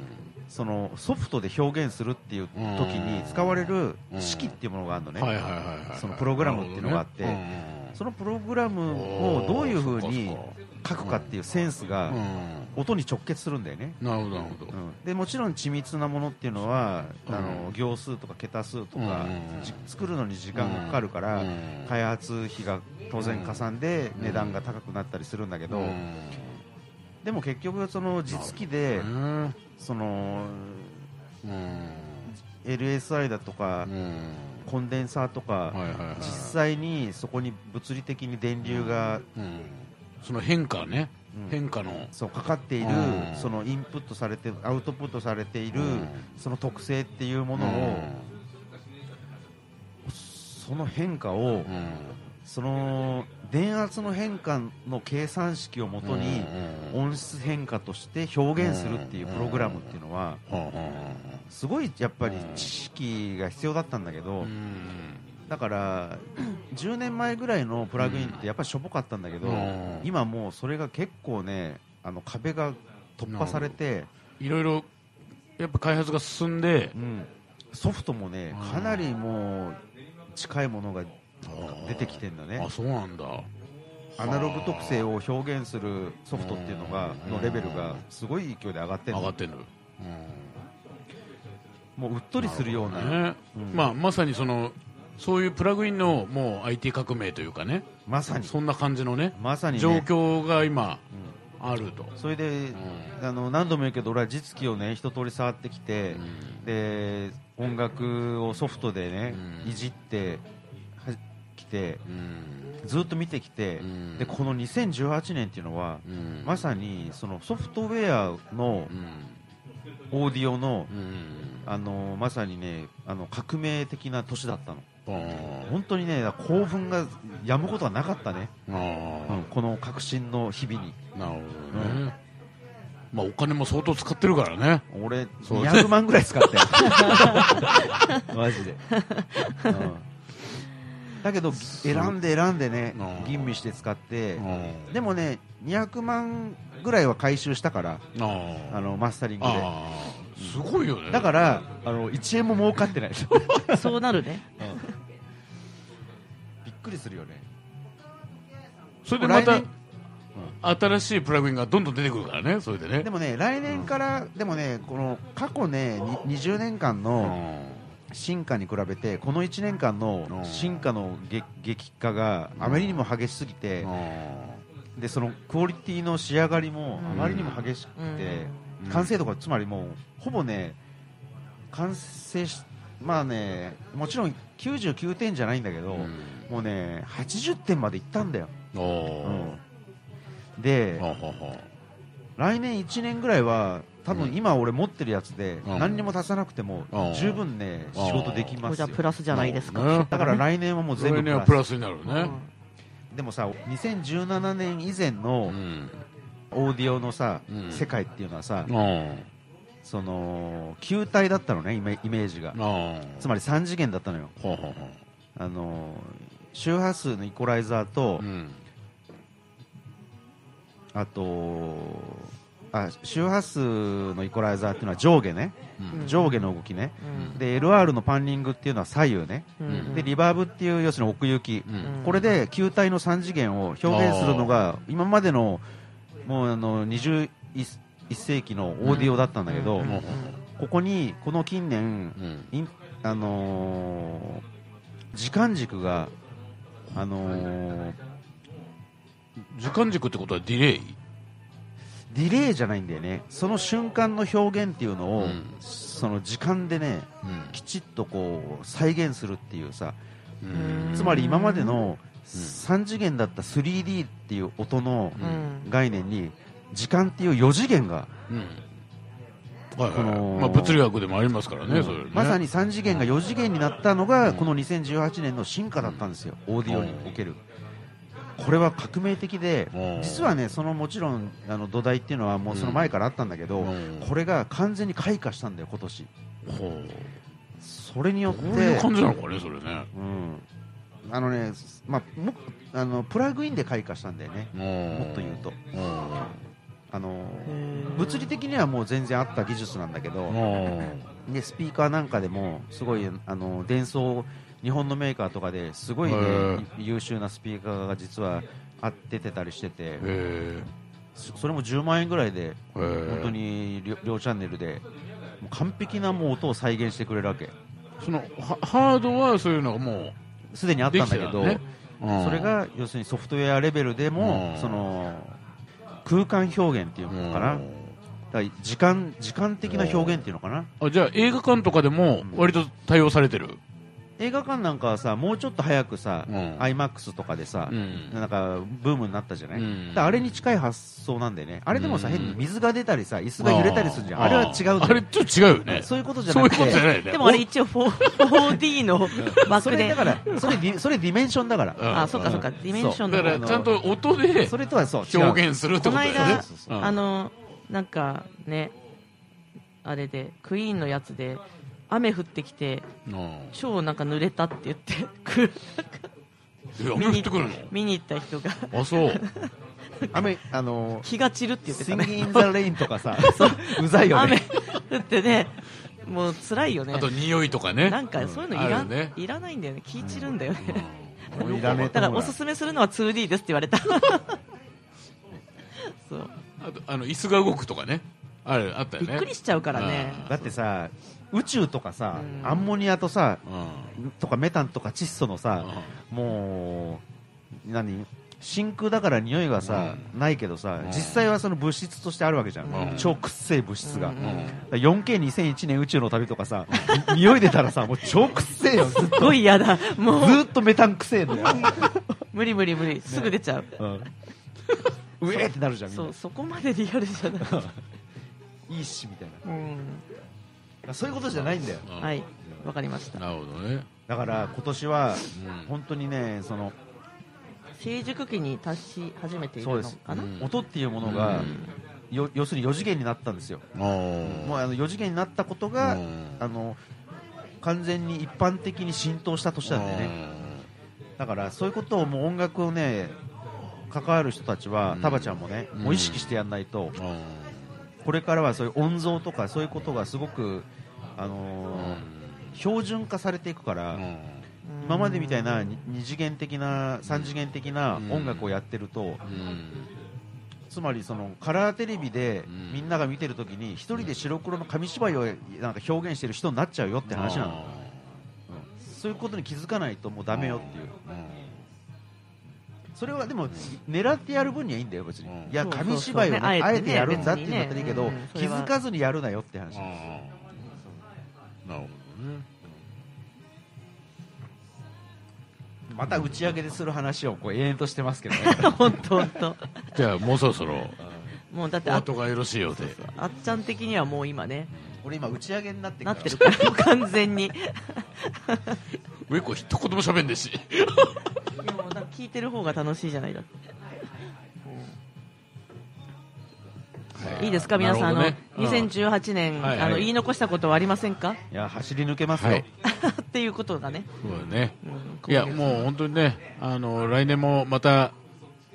Speaker 4: そのソフトで表現するっていう時に使われる式っていうものがあるのね、
Speaker 3: はいはいはいはい
Speaker 4: そのプログラムっていうのがあって
Speaker 3: なるほどねうん
Speaker 4: そのプログラムをどういうふうに書くかっていうセンスが
Speaker 3: うん
Speaker 4: 音に直結するんだよね、
Speaker 3: なるほどなるほど
Speaker 4: うんでもちろん緻密なものっていうのは、
Speaker 3: うん
Speaker 4: あの行数とか桁数とか、
Speaker 3: うん
Speaker 4: じ作るのに時間がかかるから、
Speaker 3: うん
Speaker 4: 開発費が当然かさんで値段が高くなったりするんだけど、
Speaker 3: うん
Speaker 4: でも結局その実機で、
Speaker 3: うん
Speaker 4: その
Speaker 3: うん
Speaker 4: LSI だとか、
Speaker 3: うん
Speaker 4: コンデンサーとか、
Speaker 3: はいはいはい
Speaker 4: 実際にそこに物理的に電流が、
Speaker 3: うんその変化ね
Speaker 4: うん
Speaker 3: 変化の
Speaker 4: そうかかっている、
Speaker 3: うん
Speaker 4: そのインプットされてアウトプットされている、
Speaker 3: うん
Speaker 4: その特性っていう
Speaker 3: も
Speaker 4: ものを、その変化を、その電圧の変化の計算式をもとに音質変化として表現するっていうプログラムっていうのはすごいやっぱり知識が必要だったんだけどだから10年前ぐらいのプラグインってやっぱりしょぼかったんだけど
Speaker 3: うん
Speaker 4: 今もうそれが結構ねあの壁が突破されて、
Speaker 3: いろいろやっぱ開発が進んで
Speaker 4: うん、ソフトもね
Speaker 3: うん
Speaker 4: かなりもう近いものが出てきてんだね
Speaker 3: あそうなんだ
Speaker 4: アナログ特性を表現するソフトっていうのがのレベルがすごい勢いで上がって
Speaker 3: 上
Speaker 4: る
Speaker 3: がってる
Speaker 1: もううっとりするような
Speaker 3: ね
Speaker 1: うん
Speaker 3: まあ、まさにそのそういうプラグインのもう IT 革命というかね
Speaker 4: まさに
Speaker 3: そんな感じのね
Speaker 4: まさに、ね、
Speaker 3: 状況が今あると、
Speaker 4: それで、
Speaker 3: う
Speaker 4: あの何度も言うけど俺は実機をね一通り触ってきて、
Speaker 3: うん
Speaker 4: で音楽をソフトでね、
Speaker 3: うん
Speaker 4: いじってはきて
Speaker 3: うん
Speaker 4: ずっと見てきて、
Speaker 3: うん
Speaker 4: でこの2018年っていうのは、
Speaker 3: うん
Speaker 4: まさにそのソフトウェアの
Speaker 3: うん
Speaker 4: オーディオの、
Speaker 3: うん
Speaker 4: あのまさにねあの革命的な年だったの
Speaker 3: ポーン
Speaker 4: 本当にね興奮がやむことはなかったね、う
Speaker 3: あ
Speaker 4: ん、この革新の日々に
Speaker 3: あなるほどね、まあお金も相当使ってるからね
Speaker 4: 俺
Speaker 3: そう
Speaker 4: 200万ぐらい使ったよ マジで、うんだけど選んで選んでね
Speaker 3: うん
Speaker 4: 吟味して使って
Speaker 3: うん
Speaker 4: でもね200万ぐらいは回収したから
Speaker 3: あ
Speaker 4: あのマスタリングで
Speaker 3: あーすごいよね
Speaker 4: だからあの1円も儲かってない
Speaker 2: そうなるね。
Speaker 4: びっくりするよね
Speaker 3: それでまた
Speaker 4: 来年
Speaker 3: 新しいプラグインがどんどん出てくるからねそれでね
Speaker 4: でもね来年からでもねこの過去ねに20年間
Speaker 3: う
Speaker 4: の
Speaker 3: ん
Speaker 4: 進化に比べてこの1年間
Speaker 3: うん
Speaker 4: の進化の激激化があまりにも激しすぎて、でそのクオリティの仕上がりも
Speaker 2: うん
Speaker 4: あまりにも激しくて、
Speaker 3: うん
Speaker 4: 完成度がつまりもうほぼね完成しまあねもちろん99点じゃないんだけど、
Speaker 3: うん
Speaker 4: もうね80点までいったんだよ、
Speaker 3: おお
Speaker 4: うんで
Speaker 3: ほうほうほ
Speaker 4: 来年1年ぐらいは多
Speaker 3: う
Speaker 4: 分
Speaker 3: ん
Speaker 4: 今俺持ってるやつで
Speaker 3: うん
Speaker 4: 何にも足さなくても
Speaker 3: うん
Speaker 4: 十分ね
Speaker 3: うん
Speaker 4: 仕事でき
Speaker 2: こ
Speaker 4: ま
Speaker 2: れ
Speaker 4: す
Speaker 2: じゃ
Speaker 4: よ
Speaker 2: あプラスじゃないですか。
Speaker 3: なるほどね
Speaker 4: だから来年はもう
Speaker 3: うそ
Speaker 4: 全
Speaker 3: れ
Speaker 4: 部
Speaker 3: に
Speaker 4: プ
Speaker 3: は
Speaker 4: ラ
Speaker 3: プ
Speaker 4: ス
Speaker 3: ラスになるね
Speaker 4: でもさ2017年以前
Speaker 3: う
Speaker 4: の
Speaker 3: ん
Speaker 4: オーディオのさ、
Speaker 3: うん
Speaker 4: 世界っていうのはさ、
Speaker 3: うん
Speaker 4: その球体だったのねイメイメージが
Speaker 3: うん
Speaker 4: つまり3次元だったのよ
Speaker 3: ほうほうほう
Speaker 4: あの周波数のイコライザーと、
Speaker 3: うん
Speaker 4: あとあ周波数のイコライザーっていうのは上下ね、
Speaker 3: うん
Speaker 4: 上下の動きね
Speaker 2: うん
Speaker 4: で LR のパンニングっていうのは左右ね、
Speaker 2: うんうん
Speaker 4: でリバーブっていう要するに奥行き、
Speaker 3: うん
Speaker 4: これで球体の3次元を表現するのが今までのもうあの21世紀のオーディオだったんだけ
Speaker 2: う
Speaker 4: ど、
Speaker 2: んうんうん
Speaker 4: ここにこの近年
Speaker 3: うん
Speaker 4: インあのー時間軸が、あのー
Speaker 3: 時間軸ってことはディレイ
Speaker 4: ディレイじゃないんだよねその瞬間の表現っていうのを、
Speaker 3: うん
Speaker 4: その時間でね
Speaker 3: うん
Speaker 4: きちっとこう再現するっていうさ
Speaker 3: うん
Speaker 4: つまり今までの3次元だった 3D っていう音の
Speaker 2: うん
Speaker 4: 概念に時間っていう4次元が、
Speaker 3: うんはいはい
Speaker 4: この
Speaker 3: まあ物理学でもありますからねそれね
Speaker 4: まさに3次元が4次元になったのがこの2018年の進化だったんですよオーディオにおけるこれは革命的で
Speaker 3: うん
Speaker 4: 実はねそのもちろんあの土台っていうのはもうその前からあったんだけど
Speaker 3: うん
Speaker 4: これが完全に開花したんだよ今年
Speaker 3: ほう
Speaker 4: それによっ
Speaker 3: こういう
Speaker 4: て
Speaker 3: 感じなのかねそれね
Speaker 4: うんあのねまあもあのプラグインで開花したんだよねも
Speaker 3: も
Speaker 4: っと言うとあの
Speaker 2: うん
Speaker 4: 物理的にはもう全然あった技術なんだけどでスピーカーなんかでもすごいあの伝送日本のメーカーとかですごい、ね
Speaker 3: へー
Speaker 4: 優秀なスピーカーが実はあっててたりしてて
Speaker 3: え
Speaker 4: そそれも10万円ぐらいで
Speaker 3: えー
Speaker 4: 本当に両両チャンネルでもう完璧なもう音を再現してくれるわけ
Speaker 3: そのハハードはそういうのがも
Speaker 4: すでにあ
Speaker 3: う
Speaker 4: っ
Speaker 3: で
Speaker 4: たん
Speaker 3: き
Speaker 4: だ
Speaker 3: て
Speaker 4: け
Speaker 3: た
Speaker 4: ど、
Speaker 3: んだねうん
Speaker 4: それが要するにソフトウェアレベルでも、
Speaker 3: うん
Speaker 4: その空間表現っていうのかな、
Speaker 3: うん
Speaker 4: だから時間時間的な表現っていうのかな、
Speaker 3: あじゃあ映画館とかでも割と対応されてる、
Speaker 4: 映画館なんかはさもうちょっと早くさ、
Speaker 3: うん
Speaker 4: IMAX とかでさ、
Speaker 3: うん
Speaker 4: なんかブームになったじゃない、
Speaker 3: うん
Speaker 4: だからあれに近い発想なんでねあれでもさ、
Speaker 3: うん
Speaker 4: 変に水が出たりさ椅子が揺れたりするじゃんあれは違うんだ
Speaker 3: あれ
Speaker 4: よ
Speaker 3: ちょっと違うよね
Speaker 4: そういうことじゃ
Speaker 3: そうい
Speaker 4: な
Speaker 3: う
Speaker 4: く
Speaker 3: こ
Speaker 4: て
Speaker 3: とじゃないよね
Speaker 2: でもあれ一応 4D のバッ
Speaker 4: そ
Speaker 2: ク
Speaker 4: れ
Speaker 2: で
Speaker 4: だ。からそれディそれディメンションだから、
Speaker 3: うん
Speaker 2: あ、そっかそっか、ディメンション
Speaker 3: だ
Speaker 2: の
Speaker 3: からちゃんと音で
Speaker 4: それとはそう違う
Speaker 3: 表現するってことだよ
Speaker 2: この
Speaker 3: ね
Speaker 2: 間あの、なんかね、あれで、クイーンのやつで、雨降ってきて、
Speaker 3: うんうん
Speaker 2: 超なんか濡れたって言って、く
Speaker 3: え 雨降ってくるの
Speaker 2: 見に行った人が、
Speaker 3: あそう
Speaker 4: 雨あの
Speaker 2: 気が散るって言って
Speaker 4: ス
Speaker 2: た
Speaker 4: イン
Speaker 2: ね
Speaker 4: グ。インザレインとか さうざいよ
Speaker 2: 雨
Speaker 4: ね
Speaker 2: 降ってね、もう辛いよね
Speaker 3: あ。と匂いとかね
Speaker 2: なんかそういうのいら,、
Speaker 3: あるね
Speaker 2: いらないんだよね。気散るんだよね。
Speaker 3: うん
Speaker 4: いらねえ
Speaker 2: だからおすすめするのは 2D ですって言われた。そう。
Speaker 3: あとあの椅子が動くとかねあるあったよ
Speaker 2: び
Speaker 3: ね
Speaker 2: っくりしちゃうからね
Speaker 3: あ
Speaker 4: だってさ宇宙とかさ、
Speaker 2: うん
Speaker 4: アンモニアとさ
Speaker 3: うん
Speaker 4: とかメタンとか窒素のさ、もう何真空だから匂いがさ、ないけどさ、
Speaker 3: うん
Speaker 4: 実際はその物質としてあるわけじゃん、
Speaker 3: うん
Speaker 4: 超くっせえ物質が、
Speaker 2: うん
Speaker 4: だから 4K2001 年宇宙の旅とかさ、 匂い出たらさもう超くっせえよずっ
Speaker 2: すごい嫌だ もう
Speaker 4: ずっとメタンくせえんだよ、
Speaker 2: 無理無理無理すぐ出ちゃう、
Speaker 4: うん、うえーってなるじゃんみん
Speaker 2: そ
Speaker 4: な
Speaker 2: うそこまでリアルじゃない、
Speaker 4: いいしみたいな
Speaker 2: うん、
Speaker 4: あそういうことじゃないんだよ
Speaker 3: うん
Speaker 2: はいわかりました
Speaker 3: なるほどね
Speaker 4: だから今年は
Speaker 3: うん
Speaker 4: 本当にねその
Speaker 2: 成熟期に達し始めているのかな
Speaker 3: そうですうん
Speaker 4: 音っていうものが、よ要するに4次元になったんですよ、もう
Speaker 3: も
Speaker 4: あの4次元になったことが、あの完全に一般的に浸透した年なんだよね、だからそういうことをもう音楽をね関わる人たちは
Speaker 3: うん
Speaker 4: タバちゃんもね、
Speaker 3: うん
Speaker 4: もう意識してやんないとこれからはそういう音像とかそういうことがすごく、あのー標準化されていくから、
Speaker 2: うん
Speaker 4: 今までみたいなに二次元的な三次元的な音楽をやってると、つまりそのカラーテレビで
Speaker 3: うん
Speaker 4: みんなが見てるときに一人で白黒の紙芝居をなんか表現してる人になっちゃうよって話なの、そういうことに気づかないともうダメよっていうそれはでも狙ってやる分にはいいんだよ別に、
Speaker 3: うん
Speaker 4: いや
Speaker 2: そうそうそう
Speaker 4: 紙芝居をね、
Speaker 2: ね
Speaker 4: あ
Speaker 2: あ
Speaker 4: え
Speaker 2: えてね
Speaker 4: てやるんだっていうんだったらいいけど、
Speaker 2: 別にねうんそ
Speaker 4: 気
Speaker 2: れは
Speaker 4: づかずにやるなよって話、
Speaker 3: なるほどね
Speaker 4: また打ち上げでする話をこう永遠としてますけどね
Speaker 2: 本当本当
Speaker 3: じゃあもうそろそろ
Speaker 2: もうだって
Speaker 3: お
Speaker 2: あ
Speaker 3: 後がよろしいようで
Speaker 2: あっちゃん的にはもう今ね
Speaker 4: 俺今打ち上げになって
Speaker 2: なってるから完全に
Speaker 3: 上子一言も喋んねえし
Speaker 2: いやもうだから聞いてる方が楽しいじゃないだって、い、いですか皆さん、
Speaker 3: なる
Speaker 2: あ
Speaker 3: ほ
Speaker 2: の
Speaker 3: どね
Speaker 2: 2018年、
Speaker 3: はいはい
Speaker 2: あの言い残したことはありませんか
Speaker 4: いや走り抜けますよ、
Speaker 3: はい
Speaker 2: っていうことがね、
Speaker 3: そうだね
Speaker 2: うん
Speaker 3: いやもう本当にねあの来年もまた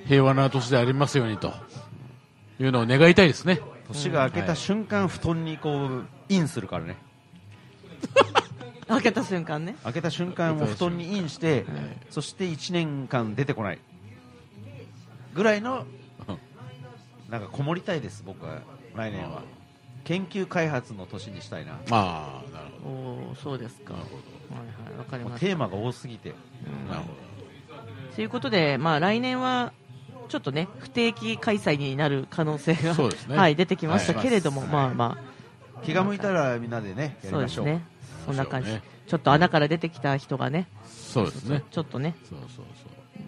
Speaker 3: 平和な年でありますようにというのを願いたいですね
Speaker 4: 年が明けた瞬間、布団にこうインするからね
Speaker 2: 開けた瞬間ね
Speaker 4: 開けた瞬間もう布団にインして、そして1年間出てこないぐらいの
Speaker 3: うん
Speaker 4: なんかこもりたいです僕は来年は研究開発の年にしたいな
Speaker 3: ああなるほ
Speaker 2: おおそうですかはいはいわかり
Speaker 4: も
Speaker 2: ま
Speaker 4: う
Speaker 2: した
Speaker 4: テーマが多すぎて
Speaker 3: どなるほ
Speaker 2: ということでまあ来年はちょっとね不定期開催になる可能性が
Speaker 3: そうですね
Speaker 2: はい出てきました
Speaker 3: はい
Speaker 2: けれども、まあまあ
Speaker 4: 気が向いたらみんなでねやり
Speaker 2: そう
Speaker 4: ま
Speaker 2: で
Speaker 4: し
Speaker 2: す
Speaker 4: ょう
Speaker 2: ね。そんな感じ、
Speaker 3: そうね
Speaker 2: ちょっと穴から出てきた人がね、
Speaker 3: どそうですね
Speaker 2: ちょっとね、
Speaker 3: そうそう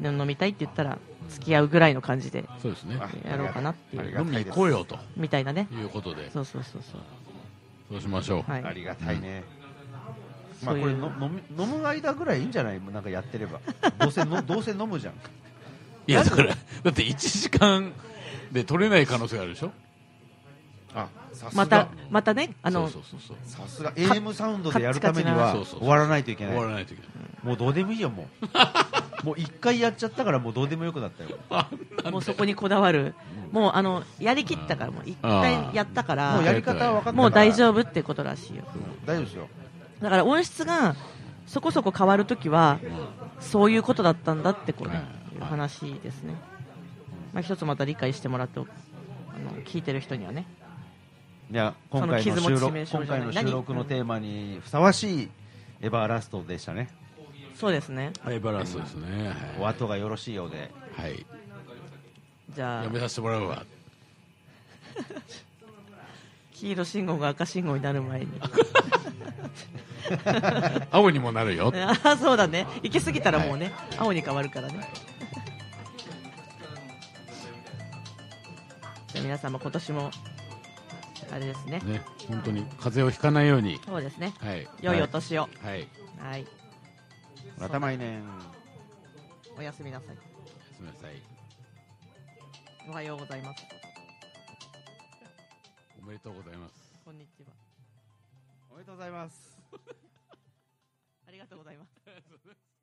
Speaker 3: そ
Speaker 2: 飲みたいって言ったら、付き合うぐらいの感じで
Speaker 3: うそうですね
Speaker 4: あ
Speaker 2: やろうかなってい
Speaker 4: あり
Speaker 2: う、
Speaker 4: が
Speaker 3: 飲み
Speaker 4: た
Speaker 3: に
Speaker 4: い
Speaker 3: 行
Speaker 4: です
Speaker 3: こうよと
Speaker 2: みたいなね。
Speaker 3: いうことで
Speaker 2: そうそうそうそう。
Speaker 3: そうしましょう
Speaker 2: はい。
Speaker 4: ありがたいね
Speaker 2: そ
Speaker 4: まあ
Speaker 2: ういう
Speaker 4: これの飲み飲む間ぐらいいいんじゃないなんかやってればどうせの どうせ飲むじゃん
Speaker 3: いやだからだって1時間で取れない可能性があるでしょ
Speaker 4: あさす
Speaker 2: また
Speaker 4: が、
Speaker 2: またね、あの、
Speaker 3: そうそうそうそう
Speaker 4: さすが AM サウンドでやる
Speaker 2: カ
Speaker 4: た
Speaker 2: ッチ
Speaker 4: め
Speaker 2: カチ
Speaker 4: に
Speaker 2: な
Speaker 4: は
Speaker 3: そうそうそう
Speaker 4: 終わらないといけ
Speaker 3: 終
Speaker 4: ない
Speaker 3: わらないといけない
Speaker 4: もうどうでもいいよも うもう一回やっちゃったからもうどうでもよくなったよも
Speaker 2: もうそこにこだわる、もうあの、やりきったから、もう一回やったか
Speaker 4: うや
Speaker 2: ら、
Speaker 4: り方は分かったから
Speaker 2: もう大丈夫ってことらしいよ。
Speaker 4: 大丈夫ですよ
Speaker 2: だから音質がそこそこ変わるときは、そういうことだったんだってこう、ね
Speaker 3: はい
Speaker 2: いう話ですね、まあ、一つまた理解してもらっておあの聞いてる人にはね
Speaker 4: いや今
Speaker 2: その
Speaker 4: 回の
Speaker 2: 傷も
Speaker 4: 収
Speaker 2: 致
Speaker 4: 録
Speaker 2: 命傷
Speaker 4: 今
Speaker 2: じゃ
Speaker 4: 回
Speaker 2: ない
Speaker 4: の収録のテーマにふさわしいエバーラストでしたね
Speaker 2: そうですね
Speaker 3: はいバランスですね
Speaker 4: お後がよろしいようで
Speaker 3: はい、はい、
Speaker 2: じゃ
Speaker 3: や
Speaker 2: あ
Speaker 3: めさせてもらうわ
Speaker 2: 黄色信号が赤信号になる前に
Speaker 3: 青にもなるよ
Speaker 2: あ あそうだね行き過ぎたらもうね、青に変わるからね じゃあ皆様今年もあれですね
Speaker 3: ね本当に風邪をひかないように
Speaker 2: そうですね
Speaker 3: はい
Speaker 2: 良いお年をは
Speaker 3: はい
Speaker 2: い、はい、
Speaker 4: また毎年
Speaker 2: おやすみなさい
Speaker 3: すみません
Speaker 2: おはようございます
Speaker 3: おめでとうございます
Speaker 2: こんにちは
Speaker 4: おめでとうございます
Speaker 2: ありがとうございます。